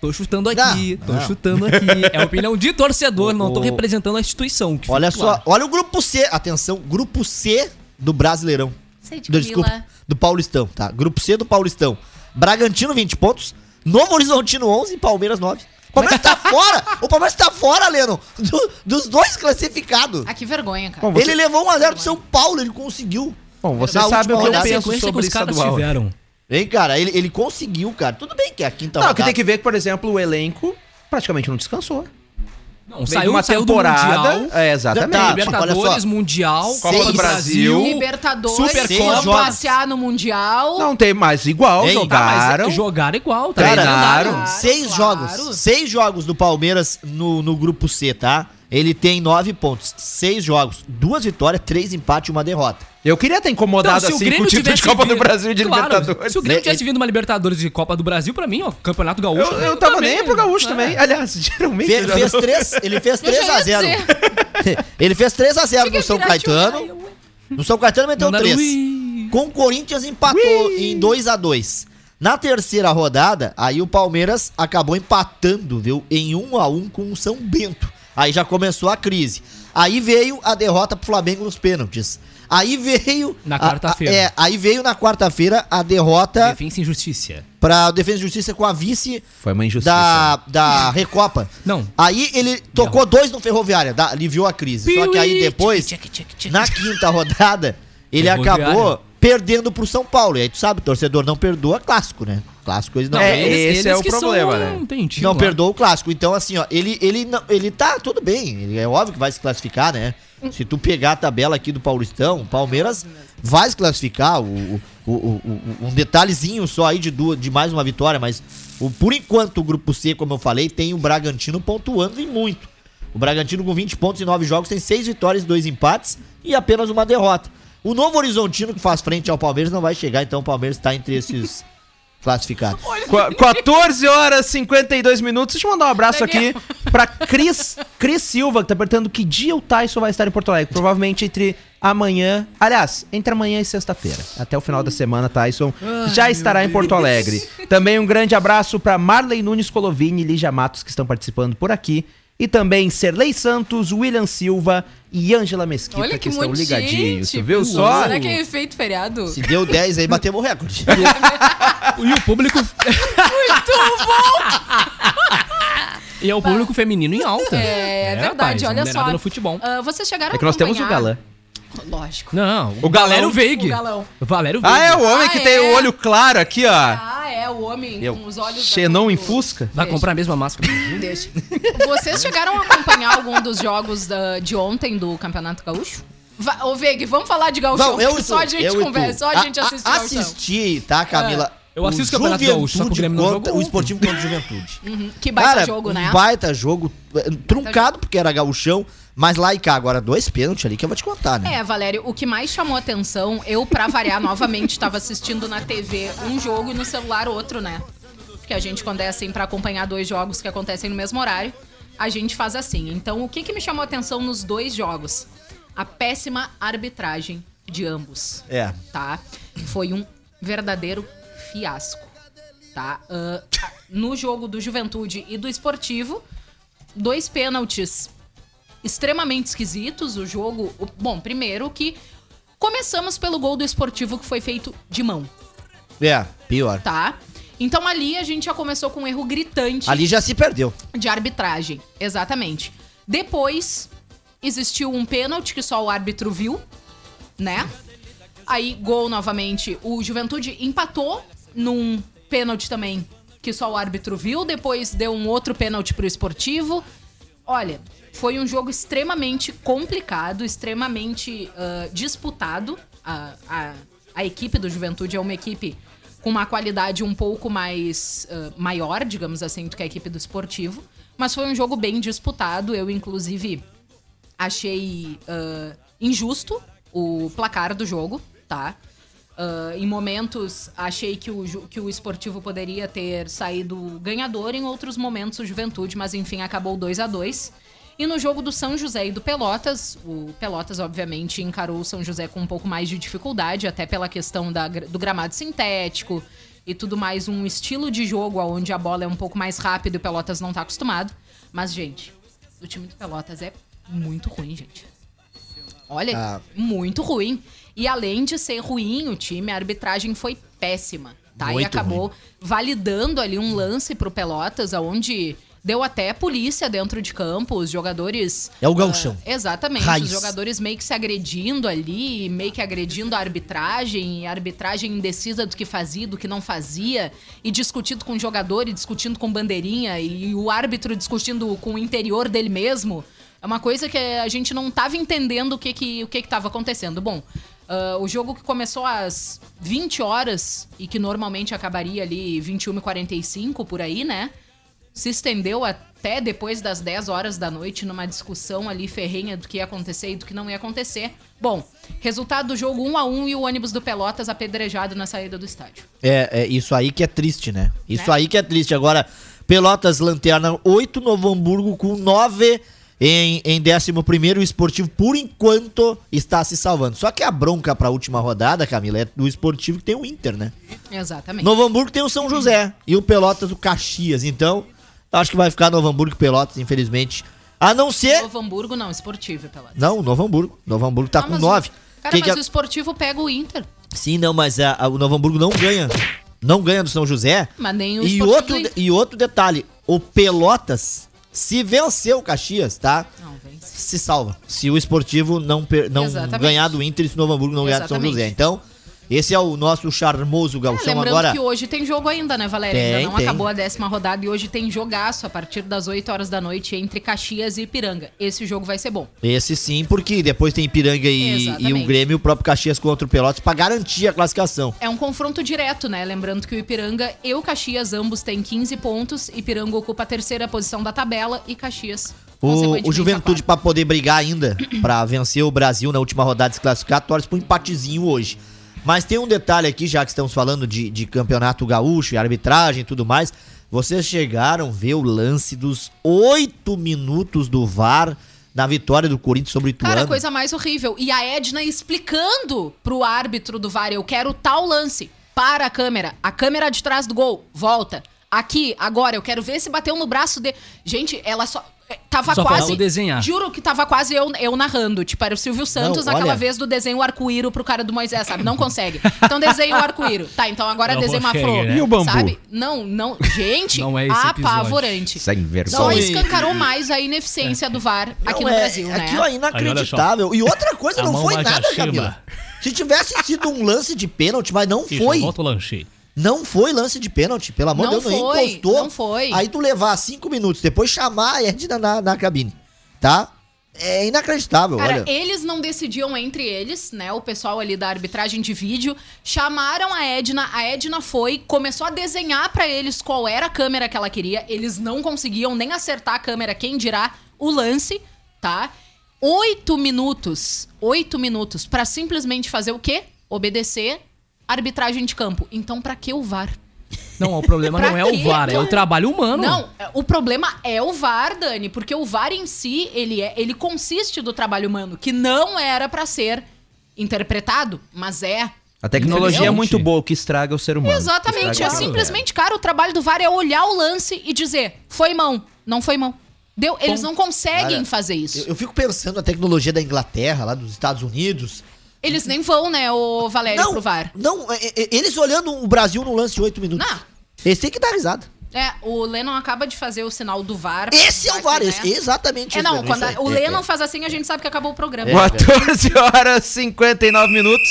Tô chutando
Ah,
aqui,
Não,
tô
não.
chutando aqui. É a opinião de torcedor, não tô
O-
representando a instituição. que
Olha
fique
só,
claro.
olha o grupo C, atenção, grupo C do Brasileirão.
Sei de
Do,
Camila.
desculpa, do Paulistão, tá? Grupo C do Paulistão. Bragantino 20 pontos, Novo Horizontino 11 e Palmeiras 9. O Palmeiras tá fora! O Palmeiras tá fora, Lennon, do- dos dois classificados.
Ah, que vergonha, cara.
Bom, você,
Ele levou 1x0 do São Paulo, ele conseguiu.
bom, você
na
sabe
última
o que eu
rodada,
a
penso
sequência que
sobre
os caras
estadual.
tiveram.
Hein, cara, ele, ele conseguiu, cara. Tudo bem que é a quinta
Não, que
rodada.
tem que ver que, por exemplo, o elenco praticamente não descansou.
Não,
Veio de
saiu uma temporada. Mundial,
É, exatamente.
Tá, olha
Libertadores,
só.
Mundial,
Copa
Copa
do
do Brasil.
Libertadores,
Supercopa.
vão passear no Mundial.
Não tem mais igual,
Ei,
Tá, mas
jogaram.
jogaram igual, tá?
Cara,
Treinaram.
Claro,
seis
claro.
jogos. Seis jogos do Palmeiras no, no grupo C, tá? Ele tem nove pontos. Seis jogos. Duas vitórias, três empates e uma derrota.
Eu queria estar
Então,
incomodado
se o
assim com o
Grêmio
título
tivesse
de Copa do
vindo-
Brasil e de
Claro,
Libertadores.
Se o Grêmio
É,
tivesse vindo uma Libertadores e Copa do Brasil, pra mim, ó, Campeonato Gaúcho.
Eu, eu tava nem aí pro Gaúcho
É.
também. Aliás, geralmente.
Fe-
eu já-
fez três, ele fez
Eu já ia
3x0.
dizer.
ele fez 3x0
Fica
no São
virar de
Caetano.
um raio.
No São Caetano meteu
Mandaram,
três.
"Ui".
Com o Corinthians empatou em 2 a 2 Na terceira rodada, aí o Palmeiras acabou empatando, viu? Em 1 a 1 com o São Bento. Aí já começou a crise. Aí veio a derrota pro Flamengo nos pênaltis. Aí veio.
Na
a-
quarta-feira.
a- É, aí veio na quarta-feira a derrota
Defensa e Injustiça.
pra Defesa e Justiça com a vice
Foi uma injustiça. né?
da, da Recopa.
Não.
Aí ele tocou dois no Ferroviária, da, aliviou a crise. Só que aí depois, na quinta rodada, ele
Ferroviária.
acabou perdendo pro São Paulo. E aí tu sabe, torcedor não perdoa clássico, né? Clássico eles não.
É,
eles
esse é o
que são-
problema, né?
Não, tem time
não
lá.
perdoa o clássico. Então, assim, ó, ele, ele, não, ele tá tudo bem. Ele, é óbvio que vai se classificar, né? Se tu pegar a tabela aqui do Paulistão, o Palmeiras vai se classificar. O, o- o- o- um detalhezinho só aí de, duas, de mais uma vitória, mas o, por enquanto o grupo C, como eu falei, tem o Bragantino pontuando e muito. O Bragantino com 20 pontos em 9 jogos tem 6 vitórias, 2 empates e apenas uma derrota. O Novo Horizontino que faz frente ao Palmeiras não vai chegar, então o Palmeiras está entre esses classificados.
Qua- 14 horas e 52 minutos. Deixa eu mandar um abraço
Daniel.
aqui pra Cris, Cris Silva, que tá perguntando que dia o Tyson vai estar em Porto Alegre. Provavelmente entre amanhã. Aliás, entre amanhã e sexta-feira. Até o final da semana, Tyson já estará em Porto Alegre. Também um grande abraço pra Marley Nunes Colovini e Lígia Matos, que estão participando por aqui. E também Serlei Santos, William Silva e Ângela Mesquita,
Olha que,
que tá estão
muito
ligadinhos.
gente.
viu só?
Será que é efeito feriado?
Se deu 10 aí, batemos o recorde.
E o público. e é o público feminino em alta.
É, é
rapaz,
verdade, olha
não é
só.
nada no futebol.
Ah, vocês chegaram
É que nós temos o
acompanhar-
galã.
Lógico.
Não,
O galão.
Valério Veig.
O galão.
Valério Veig.
Ah, é o homem
Ah,
que
é?
tem o olho claro aqui, ó.
Ah, é, o homem
Eu-
com os olhos...
Xenon
da-
em Fusca?
Vai comprar a mesma máscara.
Deixa. Vocês chegaram a acompanhar algum dos jogos da- de ontem do Campeonato Gaúcho? Va Ô, Veg, vamos falar de gaúcho.
Vamos, eu e tu,
só a gente
eu e tu.
conversa, só
Ah,
a gente
A- a-
assiste gauchão.
Assisti, tá, Camila?
É. Eu assisto o Campeonato Gaúcho, só que o Grêmio não
contra,
jogou
O
ontem.
Esportivo contra o Juventude.
Uhum, Que baita
Cara,
jogo,
um
né?
baita jogo, eh, truncado, porque era gaúchão, mas lá e cá, agora dois pênaltis ali que eu vou te contar, né?
É, Valério, o que mais chamou atenção, eu, pra variar novamente, tava assistindo na TV um jogo e no celular outro, né? Porque a gente, quando é assim, pra acompanhar dois jogos que acontecem no mesmo horário, a gente faz assim. Então, o que, que me chamou atenção nos dois jogos? A péssima arbitragem de ambos.
É.
tá? Foi um verdadeiro fiasco, tá? Ah, no jogo do Juventude e do Esportivo, dois pênaltis extremamente esquisitos. O jogo, o- bom, primeiro que começamos pelo gol do Esportivo que foi feito de mão,
É, pior.
tá? Então ali a gente já começou com um erro gritante
Ali já se perdeu.
de arbitragem, exatamente. Depois existiu um pênalti que só o árbitro viu, né? Aí gol novamente. O Juventude empatou num pênalti também que só o árbitro viu, depois deu um outro pênalti pro Esportivo. Olha, foi um jogo extremamente complicado, extremamente ah, disputado. A, a, a equipe do Juventude é uma equipe com uma qualidade um pouco mais ah, maior, digamos assim, do que a equipe do Esportivo. Mas foi um jogo bem disputado. Eu, inclusive, achei ah, injusto o placar do jogo, tá? Ah, em momentos, achei que o, ju- que o esportivo poderia ter saído ganhador, em outros momentos, o Juventude, mas enfim, acabou 2 a 2 E no jogo do São José e do Pelotas, o Pelotas, obviamente, encarou o São José com um pouco mais de dificuldade, até pela questão da gra- do gramado sintético e tudo mais, um estilo de jogo onde a bola é um pouco mais rápida e o Pelotas não tá acostumado. Mas, gente, o time do Pelotas é muito ruim, gente. Olha,
Ah.
muito ruim. E além de ser ruim o time, a arbitragem foi péssima, tá? e
Muito
acabou validando ali um lance pro Pelotas, onde deu até polícia dentro de campo, os jogadores...
É o gauchão.
Ah, exatamente,
Raiz.
os jogadores meio que se agredindo ali, meio que agredindo a arbitragem, e a arbitragem indecisa do que fazia, do que não fazia, e discutindo com o jogador, e discutindo com bandeirinha, e o árbitro discutindo com o interior dele mesmo. É uma coisa que a gente não tava entendendo o que que, o que, que tava acontecendo. Bom, ah, o jogo que começou às 20 horas e que normalmente acabaria ali 21h45 por aí, né? se estendeu até depois das 10 horas da noite numa discussão ali ferrenha do que ia acontecer e do que não ia acontecer. Bom, resultado do jogo 1 a 1 e o ônibus do Pelotas apedrejado na saída do estádio.
É, é isso aí que é triste, né? Isso
Né?
aí que é triste. Agora, Pelotas Lanterna 8, Novo Hamburgo com 9 em, em 11. O Esportivo, por enquanto, está se salvando. Só que a bronca pra última rodada, Camila, é do Esportivo que tem o Inter, né?
Exatamente.
Novo Hamburgo tem o São José e o Pelotas o Caxias. Então, acho que vai ficar Novo Hamburgo e Pelotas, infelizmente. A não ser.
Novo Hamburgo não, esportivo, Pelotas.
Não, Novo Hamburgo. Novo Hamburgo tá
Ah,
com
mas o-
9.
Cara, mas o esportivo pega o Inter.
Sim, não, mas a- a- o Novo Hamburgo não ganha. Não ganha do São José.
Mas nem o
e
Esportivo
outro,
ganha.
de- e outro detalhe: o Pelotas, se vencer o Caxias, tá?
Não, vence.
Se salva. Se o esportivo não, per- não
Exatamente.
ganhar do Inter e se o Novo Hamburgo não ganhar do São
Exatamente.
José. Então, Esse é o nosso charmoso
É,
galchão
Lembrando
agora.
que hoje tem jogo ainda, né, Valéria?
Tem,
ainda não
tem.
acabou a décima rodada e hoje tem jogaço a partir das 8 horas da noite entre Caxias e Ipiranga. Esse jogo vai ser bom.
Esse sim, porque depois tem Ipiranga e,
Exatamente.
e o Grêmio, o próprio Caxias contra o Pelotas, pra garantir a classificação.
É um confronto direto, né? Lembrando que o Ipiranga e o Caxias ambos têm 15 pontos. Ipiranga ocupa a terceira posição da tabela e Caxias.
O,
consequentemente,
o
a quarta.
Juventude, pra poder brigar ainda, pra vencer o Brasil na última rodada e se classificar, torce pro empatezinho hoje. Mas tem um detalhe aqui, já que estamos falando de, de campeonato gaúcho e arbitragem e tudo mais. Vocês chegaram a ver o lance dos oito minutos do VAR na vitória do Corinthians sobre o Ituano.
Cara, coisa mais horrível. E a Edna explicando pro árbitro do VAR: eu quero tal lance. Para a câmera. A câmera de trás do gol. Volta. Aqui, agora, eu quero ver se bateu no braço de. Gente, ela só. eh, Tava
Só
quase.
faltou desenhar.
Juro que tava quase eu, eu narrando. Tipo, era o Silvio Santos
Não, olha.
aquela vez do desenho arco-íro pro cara do Moisés, sabe? Não consegue. Então desenha o arco-íro. Tá, então agora
Não
desenha uma
consegue,
flor.
né?
E o bambu?
Sabe? Não, não. Gente,
Não é esse episódio.
apavorante.
Sem vergonha.
Só
Não, e-
escancarou mais a ineficiência do VAR aqui
Não,
no
é-
Brasil, né?
Aquilo é inacreditável. e outra coisa,
A
não
mão
foi
vai pra
nada,
cima.
Camila. Se tivesse sido um lance de pênalti, mas não
Isso,
foi.
Volta o lanche.
Não foi lance de pênalti, pelo amor de
Não
Deus, não
foi,
encostou.
não foi.
Aí tu levar cinco minutos, depois chamar a Edna na, na cabine, tá? É inacreditável,
Cara, é
olha.
eles não decidiam entre eles, né? O pessoal ali da arbitragem de vídeo chamaram a Edna, a Edna foi, começou a desenhar pra eles qual era a câmera que ela queria. Eles não conseguiam nem acertar a câmera, quem dirá o lance, tá? Oito minutos, oito minutos pra simplesmente fazer o quê? Obedecer arbitragem de campo. Então, pra que o VAR?
Não, o problema
Pra
não é o
quê,
VAR, é o
cara?
trabalho humano.
Não, o problema é o VAR, Dani, porque o VAR em si, ele é, ele consiste do trabalho humano, que não era pra ser interpretado, mas é.
A tecnologia é
Infelizmente.
muito boa, o que estraga é o ser humano. Estraga
Exatamente, é
o ser humano.
simplesmente, cara, o trabalho do VAR é olhar o lance e dizer: "Foi mão, não foi mão". Deu, eles não conseguem
Cara,
fazer isso.
Eu, eu fico pensando na tecnologia da Inglaterra, lá dos Estados Unidos.
Eles nem vão, né, o Valério pro VAR.
não, é- é- eles olhando o Brasil no lance de oito minutos.
Não.
Eles têm que dar risada.
É, o Lennon acaba de fazer o sinal do VAR.
Esse é o VAR,
né?
esse- exatamente
É,
isso,
não,
Dani,
quando
isso aí.
a- o
É,
Lennon
é.
faz assim, a gente sabe que acabou o programa.
É.
É
14 horas e 59 minutos.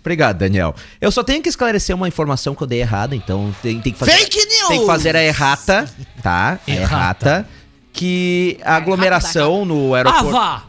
Obrigado, Daniel. Eu só tenho que esclarecer uma informação que eu dei errada, então tem, tem que fazer.
Fake news!
Tem que fazer a errata, tá? A
Errata.
errata. Que a aglomeração no
Ah,
aeroporto.
vá!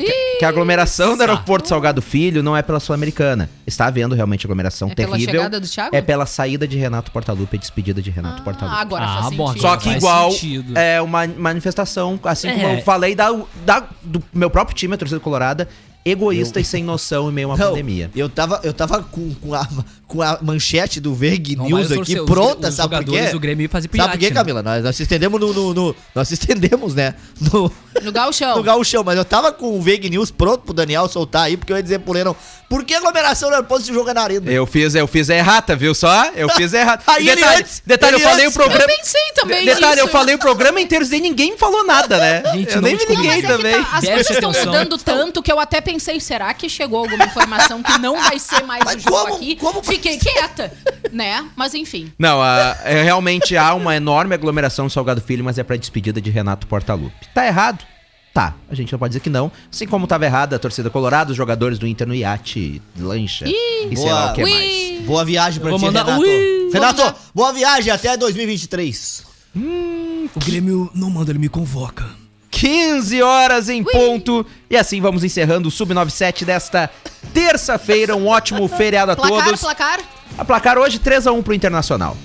Ah,
Que a aglomeração do
Isso.
aeroporto Salgado Filho não é pela Sul-Americana. Está havendo realmente aglomeração
É pela
terrível.
chegada do Thiago?
É pela saída de Renato Portaluppi, e despedida de Renato Portaluppi.
Ah, agora
Ah,
faz
bom,
sentido.
Só que
Faz
igual
sentido.
é uma manifestação, assim como
É.
eu falei da, da- do meu próprio time, a torcida colorada, egoísta e sem noção em meio a uma
Não,
pandemia.
Então, Eu tava, eu tava com, com, a, com a manchete do Verg
Não, mas
News
os
aqui
torce- os-
pronta,
os
sabe por
jogadores
quê?
do Grêmio iam fazer
sabe
pirate,
por quê,
né?
Camila? Nós, nós se estendemos no, no, no- Nós se estendemos, né? No,
No Galchão.
no Gauchão, mas eu tava com o Veg News pronto pro Daniel soltar aí, porque eu ia dizer pro Lennon, por que aglomeração no aeroporto se joga na arena?
Eu fiz, eu fiz a errata, viu só? Eu fiz a errata.
Aí ele
detalhe,
antes,
detalhe,
ele
eu falei
antes.
o programa.
Eu pensei também
Detalhe, eu
nisso.
falei o programa inteiro e ninguém falou nada, né?
Gente,
eu
não
nem vi
te
Não,
ninguém
mas é que
também.
tá, as
Preste
coisas estão
atenção.
mudando tanto que eu até pensei, será que chegou alguma informação que não vai ser mais
Mas
o jogo
como-
aqui?
como-
Fiquei quieta, né? Mas enfim.
Não, a- é, realmente há uma enorme aglomeração no Salgado Filho, mas é pra despedida de Renato Portaluppi. Tá errado? Tá, a gente não pode dizer que não. Assim como tava errada a torcida colorada, os jogadores do Inter no iate, lancha e sei lá é o que
Boa.
mais.
Boa viagem pra
Eu
ti,
vou mandar-
Renato.
Ui!
Renato,
Vou mandar-
boa viagem até 2023.
O Grêmio não manda, ele me convoca.
15 horas em ponto. E assim vamos encerrando o Sub-97 desta terça-feira. Um ótimo feriado a
Placar,
todos.
placar.
A placar hoje 3x1 pro Internacional.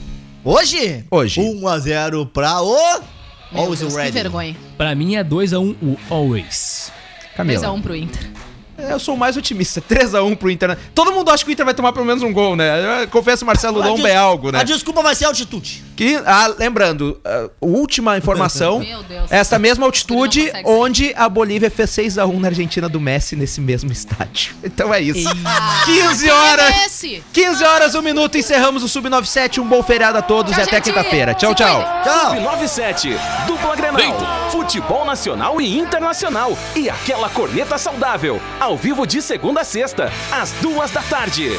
Hoje?
Hoje.
1x0 pra o...
Meu
Always
Deus, que
ready.
vergonha.
Pra mim é 2x1 o Always.
Camila,
2x1 pro Inter. um.
eu sou o mais otimista. 3x1 pro Inter. Todo mundo acha que o Inter vai tomar pelo menos um gol, né? Eu confesso, Marcelo
A
Lomba
des-
é algo, né?
A desculpa vai ser altitude.
Que, ah, lembrando, a última informação,
Meu Deus.
esta mesma
Ele
altitude
não consegue sair.
onde a Bolívia fez 6x1 na Argentina do Messi nesse mesmo estádio. Então é isso. 15 horas,
É esse.
15 horas, um minuto, encerramos o Sub-97, um bom feriado a todos
Tchau,
e até
gente.
quinta-feira. Tchau,
Se
tchau.
cuidem.
Tchau.
97, dupla Grenal, futebol nacional e internacional e aquela corneta saudável, ao vivo de segunda a sexta, às duas da tarde.